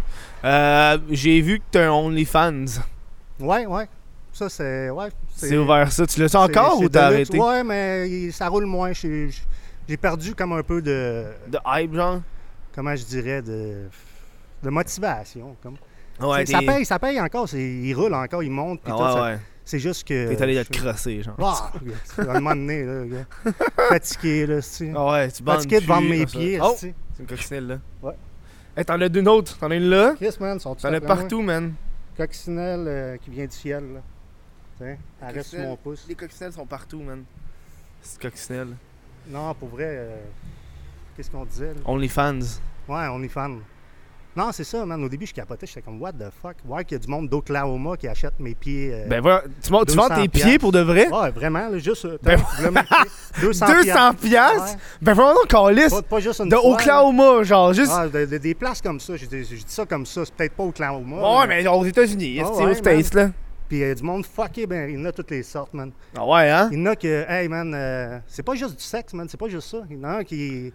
A: Euh, J'ai vu que t'as un OnlyFans.
C: Ouais, ouais. Ça, c'est. Ouais.
A: C'est ouvert ça. Tu le sens encore
C: c'est-
A: ou
C: c'est
A: t'as
C: de luxe.
A: arrêté?
C: Ouais, mais il- ça roule moins. J'ai j'ai perdu comme un peu de.
A: De hype, genre?
C: Comment je dirais De, de motivation. Comme.
A: Ouais,
C: C'est- ça
A: t'es-
C: paye, ça paye encore. c'est- Il roule encore, il monte. puis
A: Ah
C: tout, ça-
A: ouais, ouais.
C: C'est juste que.
A: T'es allé
C: je-
A: te crosser, genre.
C: Ah, à un moment donné, là, le gars. fatigué, là, c'est.
A: Ah ouais, tu bandes
C: Fatigué
A: le
C: de vendre
A: cul,
C: mes
A: comme ça.
C: pieds,
A: Oh!
C: c'est.
A: C'est une coccinelle, là.
C: Ouais.
A: Hey, t'en as d'une autre. T'en as une là.
C: Chris, man, sont
A: T'en as partout, man.
C: Coccinelle euh, qui vient du ciel, là. Tiens, elle reste sur
A: Coccinelle.
C: mon pouce.
A: Les coccinelles sont partout, man. C'est coccinelle.
C: Non, pour vrai, euh, qu'est-ce qu'on disait, là?
A: OnlyFans.
C: Ouais, on est fan. Non, c'est ça, man. Au début, je capotais, j'étais comme, what the fuck? Ouais, qu'il y a du monde d'Oklahoma qui achète mes pieds. euh,
A: Ben voilà, tu, mon- tu vends
C: 200
A: tes pieds pour de vrai?
C: Ouais, Ah, vraiment, là, juste. euh,
A: Ben-
C: t'as- vraiment, 200
A: 200 piastres? Ben vraiment, donc, on
C: Pas,
A: liste.
C: pas juste une
A: De
C: fois, là.
A: Oklahoma, genre, juste.
C: Ah, de- de- des places comme ça. Je dis, je dis ça comme ça, c'est peut-être pas Oklahoma.
A: Ouais,
C: là.
A: mais genre, aux États-Unis,
C: Ah
A: c'est
C: ouais,
A: aux States, là.
C: Puis euh, du monde fucké, ben, il y en a toutes les sortes, man.
A: Ah ouais, hein?
C: Il y en a que, hey man, euh, c'est pas juste du sexe, man, c'est pas juste ça. Il y en a un qui.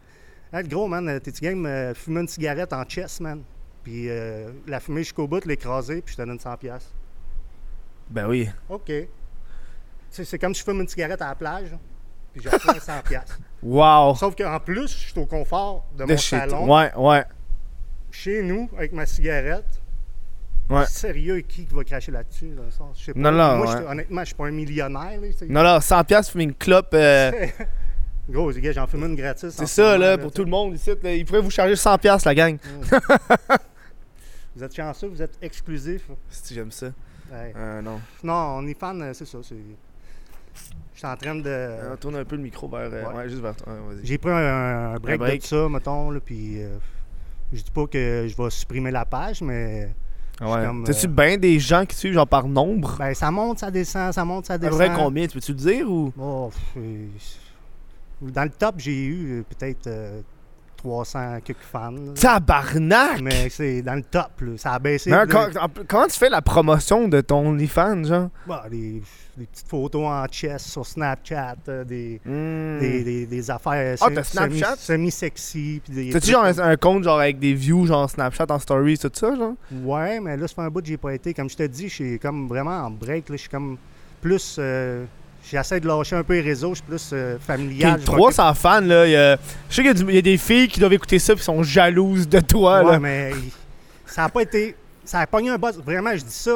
C: Hey, le gros, man, euh, t'es-tu game, euh, fumer une cigarette en chess, man. Puis euh, la fumer jusqu'au bout, l'écraser, puis je te donne 100$. piastres.
A: Ben oui.
C: OK. Tu sais, c'est comme si je fume une cigarette à la plage, puis je reçois 100$. piastres.
A: Wow.
C: Sauf qu'en plus, je suis au confort de,
A: De
C: mon
A: shit.
C: salon,
A: Ouais, ouais.
C: chez nous, avec ma cigarette.
A: Ouais.
C: Sérieux, qui va cracher là-dessus, dans le sens? Je sais pas.
A: Non, non,
C: Moi, je
A: ouais.
C: suis- honnêtement, je suis pas un millionnaire, là. c'est-
A: Non, là, 100 piastres, fumer une clope. euh,
C: Gros, les gars, j'en fume une gratis.
A: C'est ça, là, pour tout le monde ici. là, ils pourraient vous charger 100$, piastres, la gang.
C: Vous êtes chanceux, vous êtes exclusif.
A: Si j'aime ça.
C: Ouais.
A: Euh, non.
C: Non, on est fan, euh, c'est ça. c'est- Je suis en train de.
A: Euh, tourne un peu le micro vers. euh,
C: Ouais.
A: ouais. juste vers toi. Ouais, vas-y.
C: J'ai pris un, un break
A: Un break.
C: de ça, mettons, là, puis. euh, Je dis pas que je vais supprimer la page, mais
A: Ouais.
C: comme,
A: T'as-tu
C: euh,
A: bien des gens qui te suivent, genre par nombre
C: ben, ça monte, ça descend, ça monte, ça
A: À peu
C: descend.
A: près combien Tu peux-tu le dire ou
C: Oh, pff, euh, dans le top, j'ai eu euh, peut-être euh, 300 quelques fans. là.
A: Tabarnak
C: Euh, Mais c'est dans le top, là, ça a baissé.
A: Mais
C: puis là,
A: quand- en plus, comment tu fais la promotion de ton OnlyFans, genre
C: bah, des, des petites photos en chess sur Snapchat, euh, des,
A: Hmm.
C: des, des- des affaires
A: Ah,
C: se-
A: t'as
C: semi-
A: Snapchat?
C: semi-sexy. puis des
A: T'as-tu genre
C: trucs
A: un, un compte genre avec des views, genre Snapchat en stories, tout ça, genre
C: comme- Ouais, mais là, ça fait un bout que j'ai pas été. Comme je te dis, je suis comme vraiment en break. là, Je suis comme plus. euh, J'essaie de lâcher un peu les réseaux, je suis plus euh, familial.
A: Kid
C: je
A: 300 fans, là. il y a- Je sais qu'il y a du- il y, a des filles qui doivent écouter ça et qui sont jalouses de toi,
C: m'occupe- Ouais,
A: Ah, là.
C: mais il- ça n'a pas été. Ça a pogné un buzz. Vraiment, je dis ça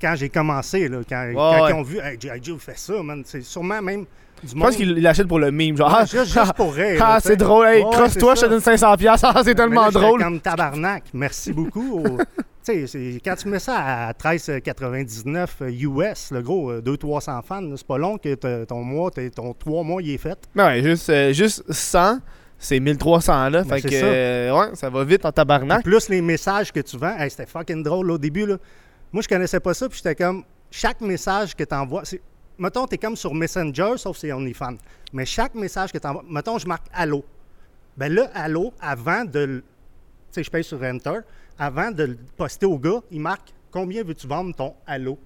C: quand j'ai commencé, là, quand, quand
A: ouais.
C: ils ont vu, hey, G.I. Joe fait ça, man. C'est sûrement même du
A: Je
C: monde.
A: pense qu'il l'achète pour le meme. Genre,
C: Ouais,
A: ah,
C: juste,
A: ah,
C: juste pour rire.
A: ah,
C: là, tu
A: c'est
C: sais.
A: drôle. Hey,
C: Ouais,
A: crosse-toi, je te
C: c'est ça.
A: donne 500$. piastres. Ah, c'est
C: Mais là,
A: tellement
C: j'étais
A: drôle.
C: comme tabarnak. Merci beaucoup. au- tu sais, c'est- quand tu mets ça à 13,99 US, le gros, euh, 200-300 fans, là, c'est pas long que t'as- ton mois, t'es- ton 3 mois, il est fait.
A: Non, ouais, juste, euh, juste 100, c'est 1300 là.
C: Ben,
A: fait que,
C: c'est ça.
A: euh, ouais, ça va vite en tabarnak.
C: Plus les messages que tu vends, Hey, c'était fucking drôle là, au début. Là. Moi, je connaissais pas ça, puis j'étais comme, chaque message que t'envoies, c'est- mettons, t'es comme sur Messenger, sauf si c'est OnlyFans, mais chaque message que t'envoies, mettons, je marque Allô. Ben là, Allô, avant de, le- tu sais, je paye sur Enter, avant de le poster au gars, il marque, combien veux-tu vendre ton Allô?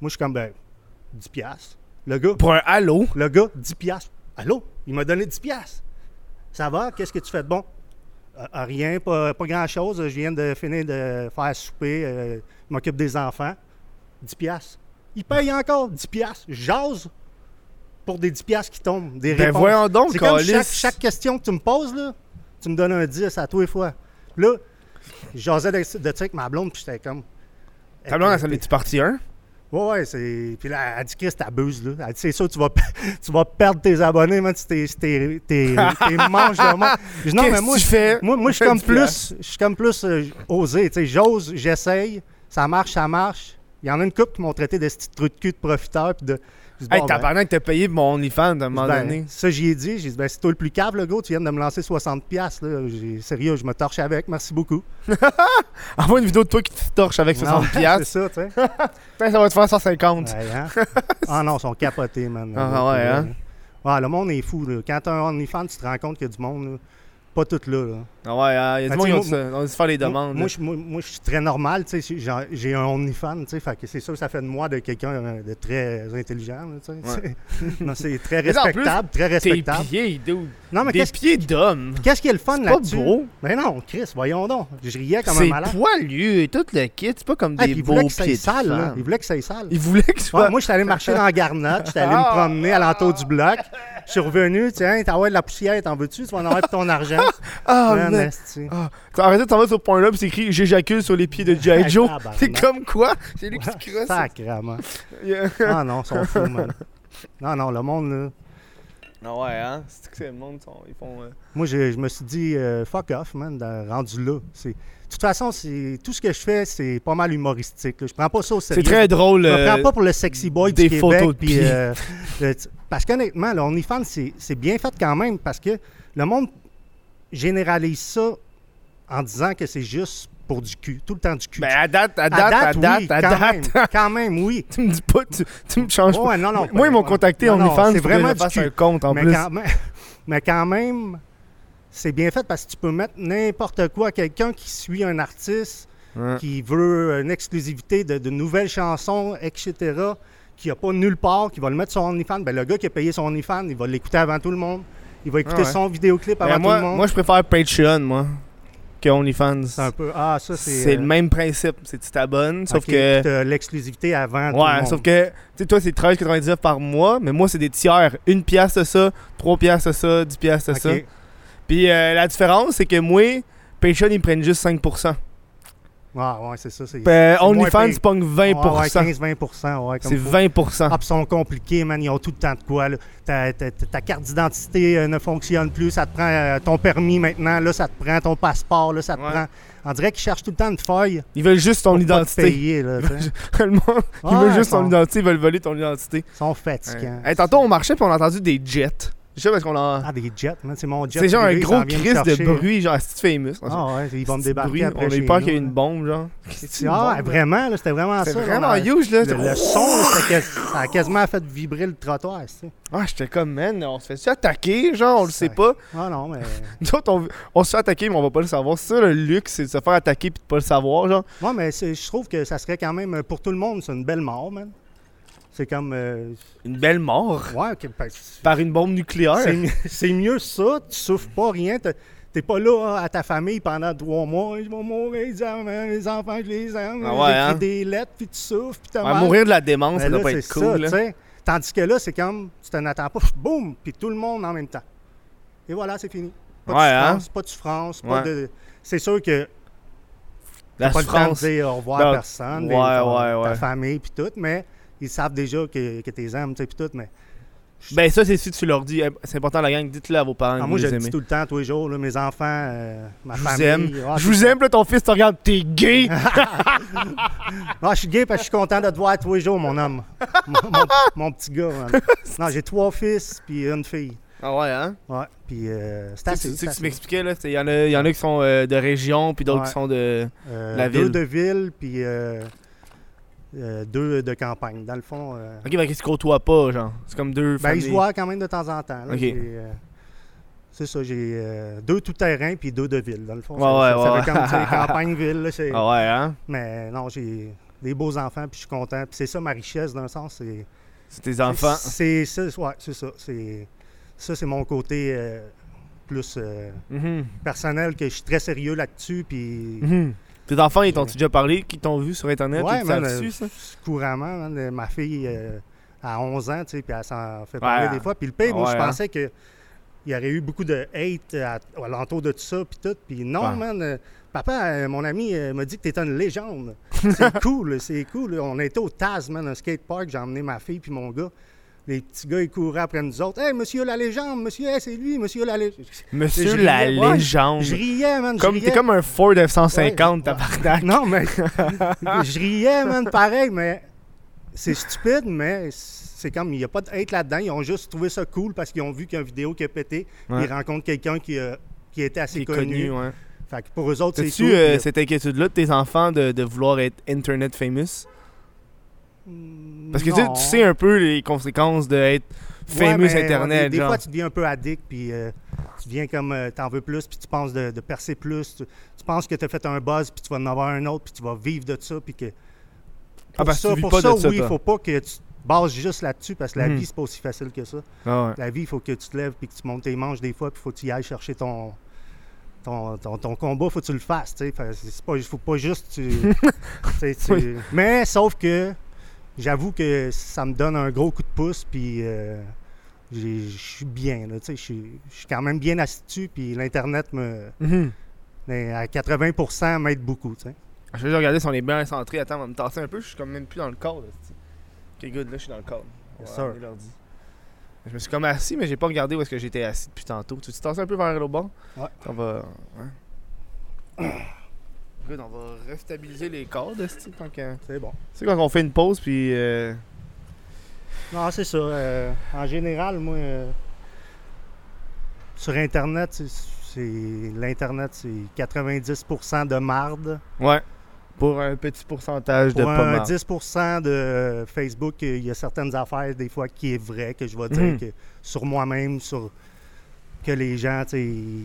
C: Moi, je suis comme, ben, 10 piastres. Le gars,
A: Pour un halo.
C: le gars, 10 piastres. Allô? Il m'a donné 10 piastres. Ça va? Qu'est-ce que tu fais de bon? Euh, euh, rien, pas, pas grand-chose. Je viens de finir de faire souper. euh, je m'occupe des enfants. 10 piastres. Il paye encore 10 piastres. J'ose pour des 10 piastres qui tombent. Des
A: Ben,
C: réponses.
A: voyons donc,
C: C'est comme
A: Calis.
C: chaque, chaque question que tu me poses, là, tu me donnes un 10 à tous les fois. Puis Là, j'osais de, de ça avec ma blonde, puis j'étais comme...
A: T'as blonde, elle s'en est-tu partie un?
C: Ouais, ouais, c'est. Puis là, elle dit, Chris, t'abuses, là. Elle dit, c'est sûr, tu vas, pe- tu vas perdre tes abonnés, man, si t'es, si t'es, t'es, t'es manches de moi. Je dis, non,
A: Qu'est-ce
C: mais moi,
A: que tu
C: je-
A: fais?
C: moi, moi, je suis
A: Fais
C: comme
A: du place.
C: plus, je suis comme plus euh, osé, tu sais. J'ose, j'essaye, ça marche, ça marche. Il y en a une couple qui m'ont traité de ce petit truc de cul de profiteur, puis de. je dis,
A: Hey,
C: bon,
A: t'as
C: ben,
A: parlé que t'as payé pour mon OnlyFans à un moment
C: ben,
A: donné.
C: Ça, j'y ai dit. J'ai dit, ben, c'est toi le plus cave, le gars. Tu viens de me lancer 60$. piastres, Là. J'ai- Sérieux, je me torche avec. Merci beaucoup.
A: Envoie une vidéo de toi qui te torche avec 60$.
C: Ah ouais, C'est ça, tu sais.
A: Putain, ça va te faire 150.
C: Ouais, hein? ah non, ils sont capotés, man.
A: Ah,
C: Pour
A: ouais,
C: vrai,
A: hein?
C: là. Ouais, le monde est fou, là. Quand t'as un OnlyFans, tu te rends compte qu'il y a du monde, là. Pas tout là, là.
A: Ah ouais, il y a du
C: Ben,
A: monde qui
C: tu
A: ont
C: sais,
A: dû se- ont dû se faire les
C: Moi,
A: demandes.
C: moi, je- moi, moi, je suis très normal, tu sais. c'est- J'ai j'ai un OnlyFans, tu sais. Fait que c'est sûr que ça fait de moi de quelqu'un euh, de très intelligent, là, tu sais. non, c'est très
A: Mais en plus,
C: respectable, très
A: Tes
C: respectable.
A: pieds, dude.
C: Non, mais
A: Des
C: qu'est-ce
A: pieds d'homme.
C: qu'est-ce qui est le fun
A: C'est pas
C: là-dessus?
A: beau.
C: Mais non, Chris, voyons donc. Je riais comme un
A: C'est
C: malade.
A: poilu et tout le kit. C'est pas comme
C: Ah, puis
A: des
C: il
A: beaux
C: voulait que
A: pieds
C: ça
A: de
C: sale, là. Il
A: femme.
C: voulait que ça aille sale.
A: Il voulait que ce
C: Ouais,
A: soit...
C: Ah, moi, je suis allé marcher dans Garnotte, je suis allé
A: Ah!
C: me promener à l'entour du bloc. Je suis revenu, tiens, t'as ouais de la poussière, t'en veux-tu? Tu vas en avoir pour ton argent.
A: Ah,
C: Man,
A: man.
C: esti.
A: Ah, t'as arrêté, t'en vas sur point là, pis c'est écrit J'éjacule sur les pieds de G.I. Joe.
C: Tabarnak.
A: C'est comme quoi C'est lui qui se crosse.
C: Sacrement.
A: Yeah.
C: Ah non, ils sont fous, man. Non, non, le monde, là.
A: Ah ouais, hein C'est que c'est le monde, sont- ils font. euh,
C: Moi, je, je me suis dit, euh, fuck off, man, de- rendu là. C'est- De toute façon, c'est- tout ce que je fais, c'est pas mal humoristique. là. Je prends pas ça au
A: C'est
C: sérieux.
A: très drôle.
C: Je me
A: euh,
C: prends pas pour le sexy boy
A: des
C: du Québec.
A: photos de
C: puis,
A: pieds.
C: euh, le- tu- parce qu'honnêtement, le OnlyFans, c'est c'est bien fait quand même parce que le monde généralise ça en disant que c'est juste pour du cul, tout le temps du cul.
A: Ben, à date, à
C: à
A: date, à date,
C: oui,
A: à
C: quand
A: date. hein,
C: même, quand même, oui. Oh,
A: tu me dis pas, tu, tu me changes pas.
C: Ouais, non, non,
A: Moi, ils m'ont
C: pas-
A: contacté
C: non,
A: en
C: non,
A: OnlyFans
C: c'est
A: pour que
C: vraiment
A: je
C: du
A: fasse
C: cul.
A: un compte en
C: mais,
A: plus.
C: Quand même, mais quand même, c'est bien fait parce que tu peux mettre n'importe quoi à quelqu'un qui suit un artiste,
A: Ouais.
C: qui veut une exclusivité de, de nouvelles chansons, etc., qui n'a pas nulle part, qui va le mettre sur OnlyFans. Ben, le gars qui a payé son OnlyFans, il va l'écouter avant tout le monde. Il va écouter
A: Ah ouais.
C: son vidéoclip avant
A: Ben, moi,
C: tout le monde.
A: moi, je préfère Patreon, moi, que OnlyFans.
C: c'est un peu. Ah, ça, c'est.
A: C'est
C: euh,
A: le même principe. C'est tu t'abonnes, sauf
C: ok,
A: que.
C: puis t'as l'exclusivité avant tout le
A: Ouais,
C: monde.
A: sauf que, tu sais, toi, c'est 13,99 par mois, mais moi, c'est des tiers. Une pièce de ça, trois pièces de ça, dix pièces de
C: Ok.
A: ça. Puis euh, la différence, c'est que moi, Patreon, ils me prennent juste 5%.
C: Ah, ouais, c'est ça. C'est
A: Puis euh,
C: c'est moins
A: OnlyFans,
C: payé.
A: pogne 20%.
C: Ouais, ouais, 15-20 ouais, comme
A: c'est
C: faut.
A: 20%.
C: Ah, pis ils sont compliqués, man. Ils ont tout le temps de quoi. là. Ta, ta- ta- ta carte d'identité euh, ne fonctionne plus. Ça te prend euh, ton permis maintenant. Là, ça te prend ton passeport. Là, ça te
A: Ouais.
C: prend. On dirait qu'ils cherchent tout le temps une feuille
A: Ils veulent juste ton
C: pour pas te
A: identité.
C: payer. Là, tu sais.
A: Le monde- ils
C: Ouais,
A: veulent juste
C: ils sont-
A: ton identité, ils veulent voler ton identité.
C: Ils sont
A: Ouais.
C: fatigants.
A: Hey, tantôt, on marchait puis on a entendu des jets. Je sais parce qu'on a.
C: Ah, des jets, man. C'est mon jet.
A: c'est genre un
C: privé,
A: gros
C: ça vient me
A: crise de
C: chercher.
A: bruit, genre, c'est famous.
C: Ah, ouais, ils vont me
A: Asti de
C: débarquer.
A: bruit,
C: après
A: On a eu
C: chez
A: peur
C: nous,
A: qu'il y ait une
C: là.
A: bombe, genre. C'est
C: Ah, ouais, vraiment, là, c'était vraiment
A: C'est
C: ça. là,
A: vraiment
C: on a-
A: huge, là.
C: Le, le son, là, c'était quas- ça a quasiment fait vibrer le trottoir. tu sais.
A: Ah, j'étais comme, man, on se fait-tu attaquer, genre, on le sait
C: Ça-
A: pas.
C: Ah, non, mais.
A: Nous autres, on, on se fait attaquer, mais on va pas le savoir. C'est ça, le luxe, c'est de se faire attaquer puis de pas le savoir, genre.
C: Ouais, mais c'est- je trouve que ça serait quand même, euh, pour tout le monde, c'est une belle mort, man. C'est comme. euh,
A: Une belle mort.
C: ouais, ok, ben, c'est-
A: Par une bombe nucléaire.
C: c'est mi- c'est mieux ça, tu souffres pas rien, t'as- t'es pas là ah, à ta famille pendant trois mois, ils vont mourir, ils aiment, hein, les enfants, je les aime,
A: Ah ouais,
C: j'écris
A: hein?
C: des lettres, puis tu souffres, puis t'as
A: Ouais,
C: mal.
A: mourir de la démence,
C: Ben
A: ça
C: là,
A: doit pas
C: c'est
A: être cool, hein.
C: ça,
A: là.
C: tu sais. Tandis que là, c'est comme, tu t'en attends pas, boum, puis tout le monde en même temps. Et voilà, c'est fini. Pas
A: Ouais,
C: de
A: hein?
C: souffrance, pas de souffrance, pas
A: Ouais.
C: de... C'est sûr que
A: La
C: pas le temps de
A: souffrance.
C: dire au revoir
A: Non.
C: à personne,
A: Ouais,
C: les- ton-
A: ouais,
C: ta
A: ouais.
C: famille, puis tout, mais ils savent déjà que, que t'es aimes, tu sais, puis tout, mais...
A: Ben ça, c'est si tu leur dis, eh, c'est important la gang, dites-le à vos parents
C: Ah,
A: que
C: moi,
A: vous
C: je
A: les
C: le dis
A: aimez.
C: tout le temps, tous les jours, là, mes enfants, euh, ma
A: Je vous
C: famille.
A: aime.
C: ah,
A: Je vous aime, puis là, ton fils te regarde, t'es gay.
C: Ah, je suis gay parce que je suis content de te voir tous les jours, mon homme. mon, mon- mon petit gars, man. Non, j'ai trois fils puis une fille.
A: Ah ouais, hein?
C: Ouais, puis euh, c'est
A: Tu
C: assez.
A: sais
C: c'est
A: que tu
C: assez.
A: m'expliquais, là, il y, en a- y en a qui sont euh, de région, puis d'autres
C: Ouais.
A: qui sont de...
C: Euh,
A: la
C: Deux
A: ville.
C: de ville, puis euh, euh, deux de campagne. Dans le fond, euh,
A: Ok, ben qu'ils se côtoient pas, genre. C'est comme deux
C: ben, ils
A: familles.
C: se voient quand même de temps en temps. là.
A: Ok.
C: J'ai, euh, c'est ça, j'ai euh, deux tout-terrain puis deux de ville, dans le fond.
A: Ouais,
C: ça,
A: ouais,
C: ça- ça
A: ouais.
C: fait comme tu sais, campagne-ville. là, c'est-
A: Ah ouais, hein?
C: Mais non, j'ai des beaux enfants puis je suis content. Puis c'est ça ma richesse, d'un sens. C'est...
A: C'est tes enfants.
C: C'est ça, ouais, c'est ça. C'est, ça, c'est mon côté euh, plus euh,
A: Mhm.
C: personnel, que je suis très sérieux là-dessus, puis
A: Mhm. Tes enfants, ils t'ont-tu déjà parlé, qu'ils t'ont vu sur Internet,
C: Ouais,
A: ils
C: man,
A: savent
C: euh,
A: ça?
C: couramment. hein, de- ma fille à 11 ans, tu sais, puis elle s'en fait parler
A: Ouais.
C: des fois. Puis le pire, moi,
A: Ouais,
C: je
A: hein.
C: pensais que il y aurait eu beaucoup de hate euh, à, à l'entour de tout ça, puis tout. Puis non,
A: Ouais.
C: man, euh, papa, euh, mon ami euh, m'a dit que t'étais une légende. C'est cool, c'est cool. On était au Taz, man, un skatepark. J'ai emmené ma fille puis mon gars. Les petits gars, ils couraient après nous autres. Hey, monsieur la légende, monsieur, hey, c'est lui, monsieur la légende.
A: Monsieur
C: je
A: la
C: riais, ouais,
A: légende.
C: Je riais, man. je
A: Comme, t'es
C: riais.
A: comme un Ford F-150,
C: Ouais,
A: ta
C: ouais.
A: tabarnak.
C: Non, mais. je riais, man, pareil, mais. C'est stupide, mais c'est comme. Il n'y a pas de hate là-dedans. Ils ont juste trouvé ça cool parce qu'ils ont vu qu'il y a une vidéo qui a pété.
A: Ouais.
C: Ils rencontrent quelqu'un qui, a- qui était assez
A: Qui est
C: connu.
A: connu, ouais.
C: Fait que pour eux autres, c'est
A: T'as-tu
C: cool.
A: euh,
C: puis-
A: cette inquiétude-là de tes enfants de, de vouloir être Internet famous? Parce que tu sais-
C: Non.
A: tu sais un peu les conséquences d'être famous
C: Ouais, mais,
A: Internet,
C: ouais, des, des
A: genre.
C: fois, tu deviens un peu addict, puis euh, tu deviens comme euh, t'en veux plus, puis tu penses de, de percer plus. Tu, tu penses que t'as fait un buzz, puis tu vas en avoir un autre, puis tu vas vivre de ça, puis que. Pour
A: Ah, parce que
C: ça,
A: tu vis
C: pour
A: pas
C: ça,
A: de ça,
C: oui,
A: toi.
C: faut pas que tu te bases juste là-dessus, parce que la
A: Mhm.
C: vie, c'est pas aussi facile que ça.
A: Ah ouais.
C: La vie, il faut que tu te lèves puis que tu montes tes manches des fois, puis faut que tu y ailles chercher ton. Ton, ton, ton combat, faut que tu le fasses, tu sais. Fait que c'est pas- faut pas juste tu- tu sais, tu-
A: Oui.
C: Mais sauf que j'avoue que ça me donne un gros coup de pouce, puis euh, j'ai- je suis bien, là, tu sais. Je suis- je suis quand même bien assidu, puis l'Internet me.
A: Mhm.
C: mais à 80 m'aide beaucoup, tu sais.
A: Je vais juste regarder si on est bien centré. Attends, on va me tasser un peu. Je suis comme même plus dans le corps. Là, c'ti. ok, good, là, je suis dans le corps. On
C: Yes,
A: va
C: sir.
A: ramener l'ordi. Je me suis comme assis, mais j'ai pas regardé où est-ce que j'étais assis depuis tantôt. Tu te tasses un peu vers le bord
C: Ouais.
A: On va. ouais. good, on va restabiliser les cordes, c'ti, tant que.
C: C'est bon.
A: Tu sais, quand on fait une pause, puis. euh,
C: Non, c'est ça. euh, en général, moi, euh, sur Internet, c'est- c'est l'Internet, c'est 90 de marde.
A: Ouais. Pour un petit pourcentage de
C: Pour
A: pas
C: un
A: mal.
C: 10 de euh, Facebook, euh, il y a certaines affaires, des fois, qui est vrai, que je vais
A: Mhm.
C: dire que sur moi-même, sur que les gens, tu sais, ils,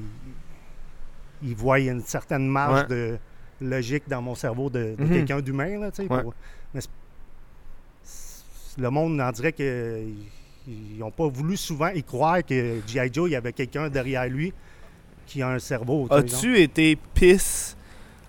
C: ils voient une certaine marge de logique dans mon cerveau de, de
A: Mhm.
C: quelqu'un d'humain, là, tu sais.
A: Ouais.
C: pour- mais c'est- le monde en dirait que ils n'ont pas voulu souvent y croire que G.I. Joe, il y avait quelqu'un derrière lui qui a un cerveau. tu sais, genre.
A: As-tu été pisse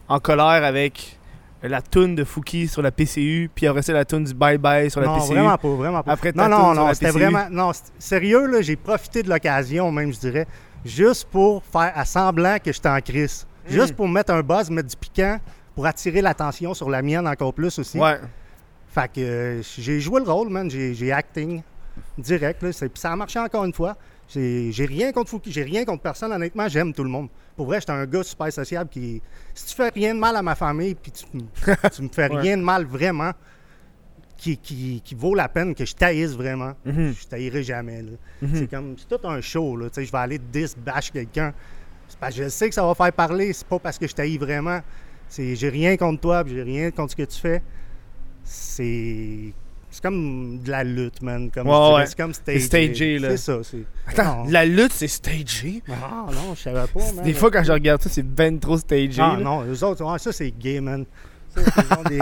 A: en colère avec la toune de Fouki sur la PCU, puis après ça, la toune du Bye Bye sur la
C: non,
A: PCU?
C: vraiment pas, vraiment pas.
A: Après ta
C: non,
A: toune
C: non,
A: sur
C: non,
A: la
C: c'était
A: PCU.
C: vraiment... Non, c'est- sérieux, là, j'ai profité de l'occasion, même, je dirais, juste pour faire à semblant que j'étais en crise.
A: Mm.
C: Juste pour mettre un buzz, mettre du piquant, pour attirer l'attention sur la mienne encore plus aussi.
A: Ouais.
C: Fait que euh, j'ai joué le rôle, man. J'ai j'ai acting direct. Là. C'est- puis ça a marché encore une fois. J'ai j'ai rien contre Fouki, j'ai rien contre personne. Honnêtement, j'aime tout le monde. Pour vrai, j'étais un gars super sociable qui. Si tu fais rien de mal à ma famille, puis tu, m- tu me fais
A: Ouais.
C: rien de mal vraiment, qui, qui, qui vaut la peine que je taïsse vraiment,
A: Mhm.
C: je taïrai jamais. là. C'est comme. C'est tout un show, là. Tu sais, je vais aller disbash quelqu'un. C'est parce que je sais que ça va faire parler. C'est pas parce que je taille vraiment. C'est j'ai rien contre toi, puis j'ai rien contre ce que tu fais. C'est. C'est comme de la lutte, man. Comme
A: Ouais,
C: je dirais,
A: ouais.
C: C'est comme stagé.
A: C'est stagé, là.
C: C'est ça. C'est...
A: Attends,
C: Non.
A: la lutte, c'est stagé.
C: Ah non, je savais pas, man.
A: Des fois, quand je regarde ça, c'est ben trop stagé.
C: Ah
A: là.
C: non, eux autres, ouais, ça c'est gay, man. Ça, c'est genre des,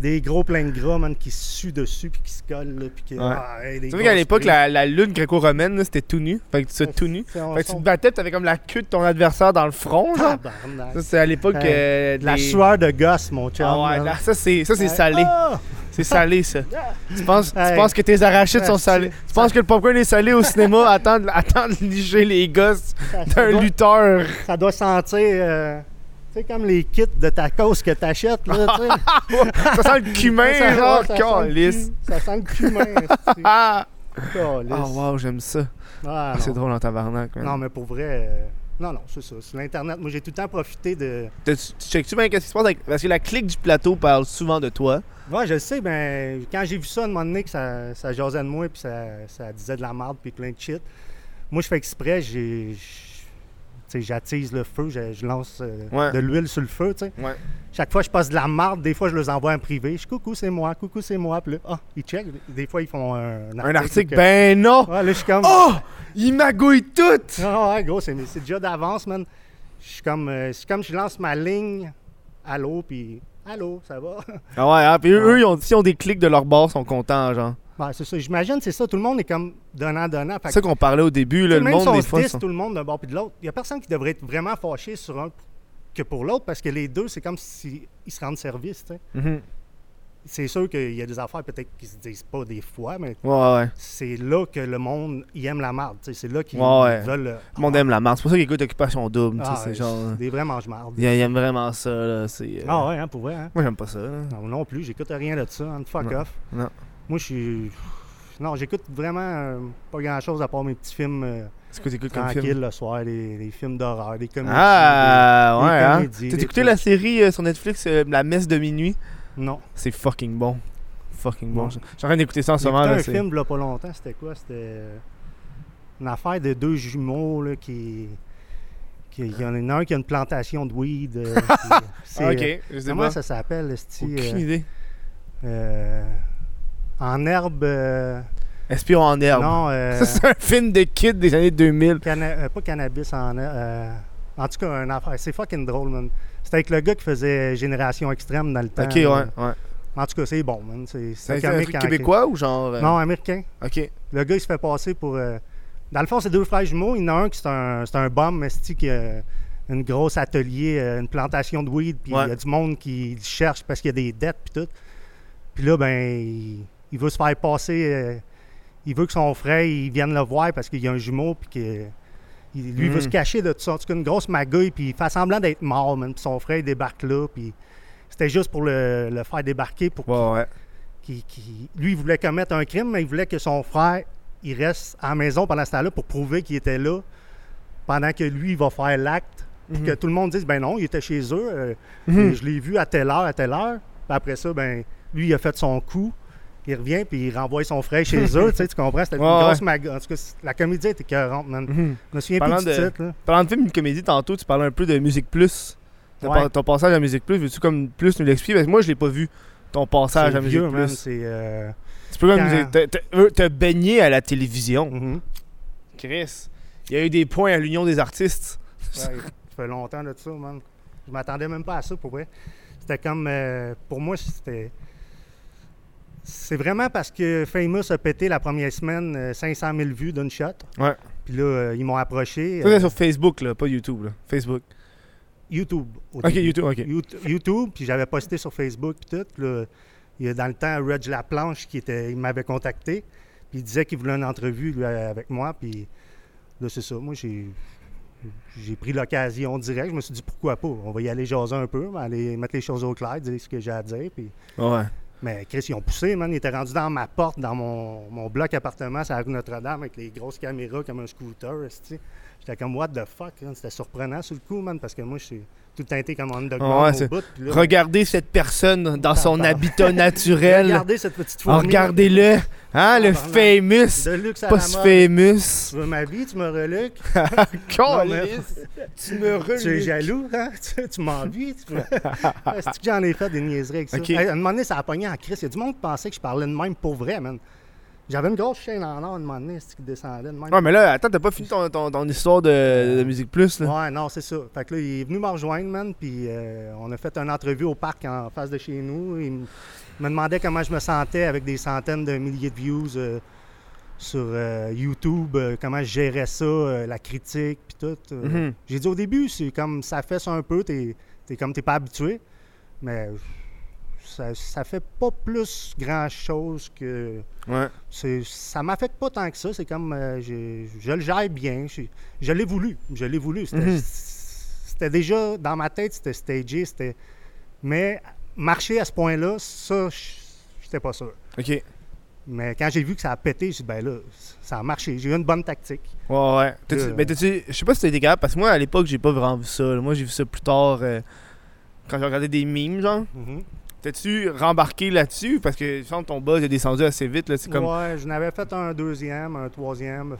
C: des gros pleins de gras, man, qui se suent dessus, puis qui se collent, là, puis qui.
A: Ouais.
C: Ah, hey, des
A: Tu sais qu'à
C: grosses
A: l'époque,
C: prises.
A: la, la lutte gréco-romaine, là, c'était tout nu. Fait que tu sois tout nu.
C: C'est- on
A: Fait que tu te
C: sent-
A: battais, pis t'avais comme la queue de ton adversaire dans le front, genre.
C: Tabarnak.
A: Ça, c'est à l'époque.
C: Ouais.
A: euh,
C: De Ah. la
A: des-
C: sueur de gosse, mon chum.
A: Ah ouais,
C: là.
A: là, ça, c'est ça, c'est
C: Ouais.
A: salé.
C: Ah!
A: C'est salé, ça. Tu penses, tu
C: Hey.
A: penses que tes arachides
C: Ah,
A: sont salés.
C: c'est-
A: Tu penses que le popcorn est salé au cinéma attend, de- attend de licher les gosses
C: Ça, ça
A: d'un
C: doit,
A: lutteur.
C: ça doit sentir. euh, tu sais, comme les kits de tacos que t'achètes, là, tu sais.
A: Ça sent le cumin,
C: Ça-
A: genre,
C: ça sent le
A: calice.
C: cu- Ça sent le cumin, c'est-
A: Ah!
C: calice.
A: Oh, wow, j'aime ça.
C: Ah,
A: Ah,
C: non.
A: c'est drôle en tabarnak, man.
C: Non, mais pour vrai. euh, Non, non, c'est ça. C'est l'Internet. Moi, j'ai tout le temps profité de.
A: T'as- Tu tu checkes-tu bien qu'est-ce qui se passe? avec- Parce que la clique du plateau parle souvent de toi.
C: Ouais, je le sais, mais quand j'ai vu ça, à un moment donné, que ça, ça jasait de moi, puis ça, ça disait de la merde, puis plein de shit. Moi, je fais exprès, j'ai. j'- tu sais, J'attise le feu, je, je lance euh,
A: Ouais.
C: de l'huile sur le feu. tu sais.
A: Ouais.
C: Chaque fois, je passe de la marde, des fois, je les envoie en privé. Je coucou, c'est moi, coucou, c'est moi. Puis là, ah, ils checkent. Des fois, ils font un,
A: Un article,
C: que-
A: ben non!
C: Ouais, là, je suis comme.
A: Oh! Il m'agouille tout!
C: Ah ouais, gros, c'est c'est déjà d'avance, man. Je suis comme, euh, c'est comme je lance ma ligne. Allô, puis allô, ça va?
A: Ah ouais, hein, puis eux, eux, ils ont, s'ils ont des clics de leur bord, ils sont contents, genre.
C: Ouais, Ben, c'est ça. J'imagine, c'est ça. Tout le monde est comme donnant, donnant. Fait
A: C'est
C: que,
A: ça qu'on parlait au début,
C: tu
A: là,
C: sais,
A: le
C: même si
A: monde,
C: on
A: des
C: se
A: fois,
C: disse
A: sont-
C: tout le monde d'un bord puis de l'autre, il n'y a personne qui devrait être vraiment fâché sur un que pour l'autre parce que les deux, c'est comme s'ils se rendent service. tu sais.
A: Mhm.
C: C'est sûr qu'il y a des affaires peut-être qui se disent pas des fois, mais
A: Ouais, ouais.
C: c'est là que le monde il aime la marde. tu sais. C'est là qu'ils
A: Ouais, ouais.
C: veulent. euh,
A: Le monde aime la marde. C'est pour ça qu'ils écoutent Occupation Double. tu sais,
C: ah,
A: c'est
C: ouais,
A: genre.
C: Des vrais mange-mardes.
A: Ils ils aiment vraiment ça, là. C'est, euh,
C: Ah ouais, hein, pour vrai. hein?
A: Moi, j'aime pas ça, là.
C: Non, non plus, j'écoute rien de ça. hein, fuck
A: Non,
C: off.
A: non.
C: Moi, je suis. Non, j'écoute vraiment euh, pas grand chose à part mes petits films euh,
A: C'est quoi t'écoutes comme
C: tranquilles
A: film?
C: le soir, les, les films d'horreur, des comédies.
A: Ah,
C: des- des
A: ouais, hein.
C: comédies,
A: T'as
C: des
A: écouté
C: trucs.
A: la série euh, sur Netflix, euh, La messe de minuit?
C: des- Non.
A: C'est fucking bon. Fucking bon.
C: Ouais.
A: Je je suis en train d'écouter ça en ce
C: J'ai
A: moment,
C: écouté
A: là.
C: un
A: c'est-
C: film, il y a pas longtemps, c'était quoi C'était euh, une affaire de deux jumeaux là, qui. qui- Il y en a un qui a une plantation de weed. euh, puis, euh, c'est,
A: Ah,
C: euh,
A: ok, je sais
C: Comment
A: pas.
C: ça s'appelle, esti,
A: Aucune
C: euh,
A: idée.
C: euh, En herbe. euh,
A: Espion en herbe.
C: Non, euh,
A: Ça, c'est un film de kid des années 2000.
C: Canna- euh, pas cannabis en euh, en tout cas un affaire c'est fucking drôle man c'était avec le gars qui faisait génération extrême dans le temps
A: Ok, ouais,
C: là.
A: ouais.
C: en tout cas c'est bon man c'est
A: C'est un
C: comique
A: truc
C: en-
A: québécois ou genre. euh,
C: non américain
A: Ok.
C: le gars il se fait passer pour euh, dans le fond c'est deux frères jumeaux il y en a un qui c'est un c'est un bum esti, qui a une grosse atelier euh, une plantation de weed puis
A: Ouais.
C: il y a du monde qui le cherche parce qu'il y a des dettes puis tout puis là ben il, il veut se faire passer euh, il veut que son frère il vienne le voir parce qu'il y a un jumeau puis que il- lui
A: Mm.
C: veut se cacher de tout ça. En tout cas, une grosse magouille, puis il fait semblant d'être mort, man. Puis son frère, il débarque là, puis c'était juste pour le, le faire débarquer, pour
A: Ouais, ouais.
C: qu'il- qu'il- Lui, il voulait commettre un crime, mais il voulait que son frère, il reste à la maison pendant ce temps-là pour prouver qu'il était là, pendant que lui, il va faire l'acte, puis
A: Mhm.
C: que tout le monde dise, ben non, il était chez eux, euh,
A: Mhm.
C: je l'ai vu à telle heure, à telle heure. Puis après ça, ben lui, il a fait son coup, il revient, puis il renvoie son frère chez eux, tu sais, tu comprends? C'était
A: Ouais,
C: une grosse
A: ouais.
C: magouille. En tout cas, c'est- la comédie était cohérente, man.
A: Mhm.
C: Je me souviens
A: Parlant
C: plus du
A: de-
C: titre, là.
A: Parlant de film, une comédie, tantôt, tu parlais un peu de Musique Plus. T'as
C: Ouais.
A: pas- Ton passage à Musique Plus, veux-tu comme plus nous l'expliquer? Parce que moi, je l'ai pas vu. Ton passage
C: C'est
A: à Musique
C: vieux, man,
A: Plus.
C: C'est. euh,
A: Tu peux comme
C: Quand-
A: nous- t'as- t'as- euh, T'as baigné à la télévision.
C: mhm.
A: Chris. Il y a eu des points à l'Union des artistes.
C: Ouais, ça fait longtemps de ça, man. Je m'attendais même pas à ça, pour vrai. C'était comme... euh, pour moi, c'était... C'est vraiment parce que Famous a pété la première semaine euh, 500 000 vues d'une shot.
A: Ouais.
C: Puis là, euh, ils m'ont approché.
A: Ça,
C: euh,
A: c'est sur Facebook, là, pas YouTube. Là. Facebook.
C: YouTube. au
A: Ok,
C: début.
A: YouTube, ok.
C: Yout- YouTube, puis j'avais posté sur Facebook, puis tout. puis là, il y a dans le temps, Reg Laplanche, qui était, il m'avait contacté, puis il disait qu'il voulait une entrevue lui, avec moi, puis là, c'est ça. Moi, j'ai, j'ai pris l'occasion direct. Je me suis dit, pourquoi pas? On va y aller jaser un peu, on va aller mettre les choses au clair, dire ce que j'ai à dire, puis...
A: Ouais.
C: Mais Chris, ils ont poussé, man. Ils étaient rendus dans ma porte, dans mon, mon bloc appartement, sur la rue Notre-Dame, avec les grosses caméras comme un scooter. esti. J'étais comme, what the fuck, man. C'était surprenant sur le coup, man, parce que moi, je suis tout teinté comme un
A: Ouais,
C: underground
A: c'est-
C: au bout. puis là,
A: Regardez cette personne dans son
C: Tabarnak.
A: habitat naturel.
C: regardez cette petite
A: Ah,
C: fourmi.
A: Regardez-le. Hein, le
C: Tabarnak.
A: famous.
C: De luxe à
A: Pas
C: la
A: si
C: mode.
A: famous.
C: Tu veux ma vie, tu me reluques.
A: Calisse. Tu me
C: Tu es
A: relis.
C: jaloux, hein? tu, tu m'envies. Tu... Est-ce que j'en ai fait des niaiseries avec ça?
A: Ok.
C: Hey, à un moment donné, ça a pogné en crise. Il y a du monde qui pensait que je parlais de même pour vrai, man. J'avais une grosse chaîne en or, à un moment donné, esti, qui descendait de même.
A: Ouais, Ah, mais là, attends, t'as pas fini ton, ton, ton histoire de, de Musique Plus, là.
C: Ouais, non, c'est ça. Fait que là, il est venu me rejoindre, man, puis euh, on a fait une entrevue au parc en face de chez nous. Il m- me demandait comment je me sentais avec des centaines de milliers de views euh, sur euh, YouTube, euh, comment je gérais ça, euh, la critique, puis tout. euh.
A: Mhm.
C: J'ai dit au début, c'est comme ça fesse un peu, t'es t'es comme t'es pas habitué, mais ça, ça fait pas plus grand-chose que...
A: Ouais.
C: C'est- Ça m'affecte pas tant que ça. C'est comme. euh, j'ai- je, le gère bien. Je, je l'ai voulu. Je l'ai voulu. C'était
A: Mhm.
C: c'était déjà dans ma tête, c'était stagé. c'était- Mais marcher à ce point-là, ça, je- j'étais pas sûr.
A: Ok. Ouais,
C: Mais quand j'ai vu que ça a pété, j'ai dit, ben là, ça a marché. J'ai eu une bonne tactique.
A: ouais. T'as-tu-
C: Euh.
A: ben, t'as-tu- je sais pas si t'as été capable, parce que moi, à l'époque, j'ai pas vraiment vu ça. là. Moi, j'ai vu ça plus tard euh, quand j'ai regardé des mimes, genre. T'as-tu rembarqué là-dessus? Parce que, il me semble que ton buzz est descendu assez vite, là. C'est comme
C: Ouais, je n'avais fait un deuxième, un troisième.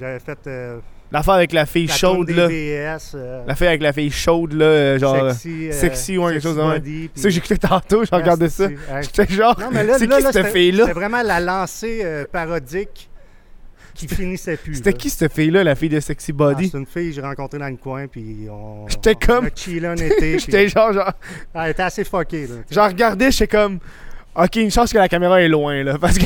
C: J'avais fait. Euh,
A: l'affaire avec la fille
C: la
A: chaude,
C: tourne
A: là.
C: des VS, euh,
A: L'affaire avec la fille chaude, là, euh, genre. euh,
C: sexy, euh,
A: sexy, ouais, quelque chose de même.
C: body,
A: C'est ça que
C: puis- Ah,
A: j'écoutais tantôt, j'ai regardé ça.
C: Ouais.
A: J'étais genre,
C: Non, mais là,
A: c'est
C: là,
A: qui
C: là,
A: cette
C: c'était-
A: fille-là?
C: C'était vraiment la lancée euh, parodique qui finissait plus.
A: C'était
C: là.
A: qui cette fille-là, la fille de Sexy
C: Ah,
A: Body?
C: C'est une fille que j'ai rencontrée dans le coin, puis on.
A: J'étais comme-
C: On a chillé un été. puis-
A: J'étais genre, genre,
C: Ah, elle était assez fuckée, là.
A: genre regardais, j'étais comme, ok, une chance que la caméra est loin, là. Parce que,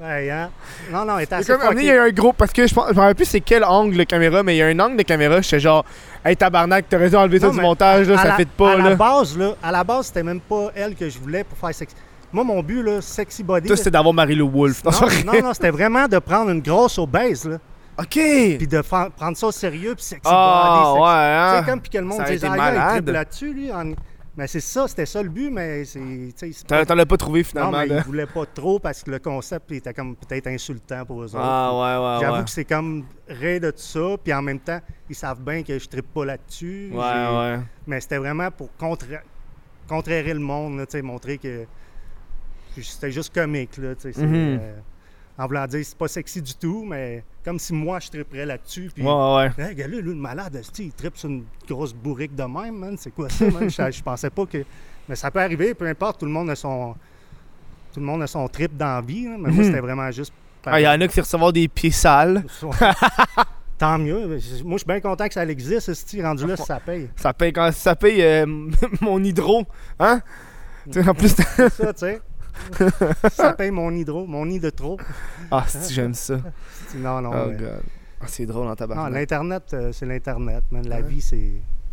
C: Ouais, hein? Non, non, elle était
A: c'est
C: assez
A: comme, à un moment donné, il y
C: fuckée.
A: a eu un gros, parce que je pense, je me rappelle plus c'est quel angle de caméra, mais il y a un angle de caméra, j'étais genre, hey tabarnak, t'aurais dû enlever ça
C: Non,
A: du
C: mais
A: montage, là,
C: à
A: ça
C: la-
A: fait pas,
C: à
A: là.
C: La base, là, à la base, c'était même pas elle que je voulais pour faire sexy. Moi, mon but, là, sexy body.
A: Toi, c'était d'avoir Marie-Lou Wolfe.
C: non, non, non, c'était vraiment de prendre une grosse obèse, là,
A: Ok!
C: puis de fa- prendre ça au sérieux, puis sexy body,
A: Ah,
C: sexy
A: ouais,
C: Tu
A: hein.
C: sais, comme puis que le monde
A: Ça a
C: dit
A: été
C: ah, gars, il
A: malade.
C: triple là-dessus, lui. en- Mais c'est ça, c'était ça le but, mais c'est. tu sais, c'est-
A: T'en t'en as pas trouvé,
C: Non,
A: finalement,
C: mais
A: là.
C: il voulait pas trop parce que le concept il était comme peut-être insultant pour eux autres.
A: Ah, ouais, ouais,
C: J'avoue
A: ouais.
C: que c'est comme ré de tout ça, puis en même temps, ils savent bien que je trippe pas là-dessus.
A: Ouais,
C: J'ai-
A: ouais.
C: Mais c'était vraiment pour contra- contrarier le monde, là, tu sais, montrer que puis c'était juste comique. Là, tu sais, c'est,
A: Mhm.
C: euh, en voulant dire, c'est pas sexy du tout, mais comme si moi je tripperais là-dessus. puis-
A: Ouais, ouais.
C: Hey, regarde-le, lui, le malade, esti, il tripe sur une grosse bourrique de même, man. C'est quoi ça, man? je, je pensais pas que. Mais ça peut arriver, peu importe, tout le monde a son. Tout le monde a son trip dans la vie, là, mais
A: Hmm.
C: moi, c'était vraiment juste.
A: Ah, il y en a qui recevoir des pieds sales.
C: Tant mieux. mais je- Moi, je suis bien content que ça existe, esti, rendu là, si ça paye.
A: Ça paye quand ça paye euh, mon hydro, hein? Tu sais, en plus, t'as-
C: C'est ça, tu sais. ça paye mon hydro, mon nid de trop.
A: ah, si j'aime ça.
C: Esti, Non, non.
A: Oh
C: mais-
A: god. Ah, c'est drôle en
C: non,
A: tabac.
C: l'Internet, euh, c'est l'Internet, man. La vie, c'est.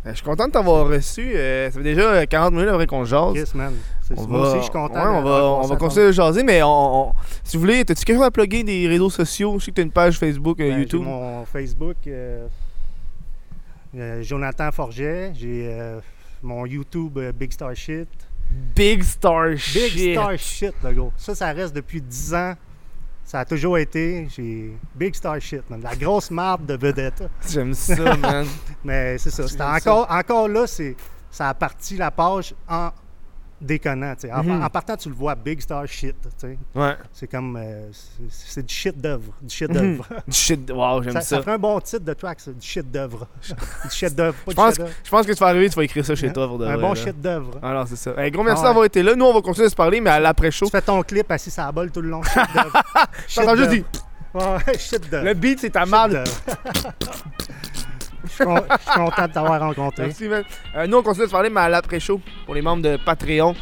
A: Euh, je suis content de t'avoir reçu. euh, ça fait déjà euh, 40 minutes après qu'on jase.
C: Yes, man. C'est-
A: On
C: Moi
A: va-
C: aussi, je suis content.
A: ouais, on
C: de-
A: va, on va
C: s'entendre.
A: continuer de jaser, mais on, on- si vous voulez, t'as-tu quelque chose à plugger des réseaux sociaux? Je sais que t'as une page Facebook, euh,
C: Ben, j'ai
A: YouTube.
C: Mon Facebook, euh, euh, Jonathan Forget. J'ai euh, mon YouTube euh, Big Star Shit.
A: Big Star
C: Big
A: Shit.
C: Star Shit, le gros. Ça, ça reste depuis 10 ans. Ça a toujours été. J'ai Big Star Shit, man. la grosse marde de vedette.
A: J'aime ça, man.
C: Mais c'est ça. C'était
A: J'aime ça.
C: encore, encore là, c'est ça a parti la page en déconnant. tu sais. En,
A: Mhm.
C: en partant, tu le vois, Big Star Shit. tu sais.
A: Ouais.
C: C'est comme. euh, c'est- c'est du shit d'œuvre. Du shit d'œuvre.
A: Du shit. Wow, j'aime
C: Ça,
A: ça.
C: ça ferait un bon titre de track, ça, du chef-d'œuvre. du chef-d'œuvre, pas
A: Je
C: du
A: pense,
C: chef-d'œuvre.
A: je pense que tu vas arriver, tu vas écrire ça chez toi pour de
C: Hein? Un
A: vrai, là.
C: bon chef-d'œuvre.
A: Alors, c'est ça. Hey, gros merci
C: Ah ouais.
A: d'avoir été là. Nous, on va continuer de se parler, mais à l'après-show.
C: Tu fais ton clip assis sur la balle tout le long, chef-d'œuvre.
A: T'entends juste dire
C: Ouais, chef-d'œuvre.
A: Le beat, c'est ta marde.
C: Chef-d'œuvre. Je suis con- je suis content de t'avoir rencontré.
A: Merci, man. Euh, nous, on continue de se parler, mais à l'après-show pour les membres de Patreon.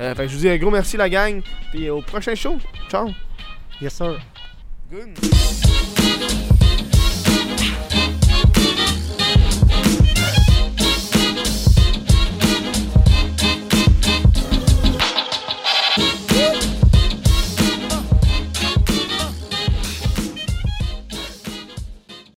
A: Euh, fait que je vous dis un gros merci, la gang. Puis au prochain show. Ciao.
C: Yes, sir.
A: Good.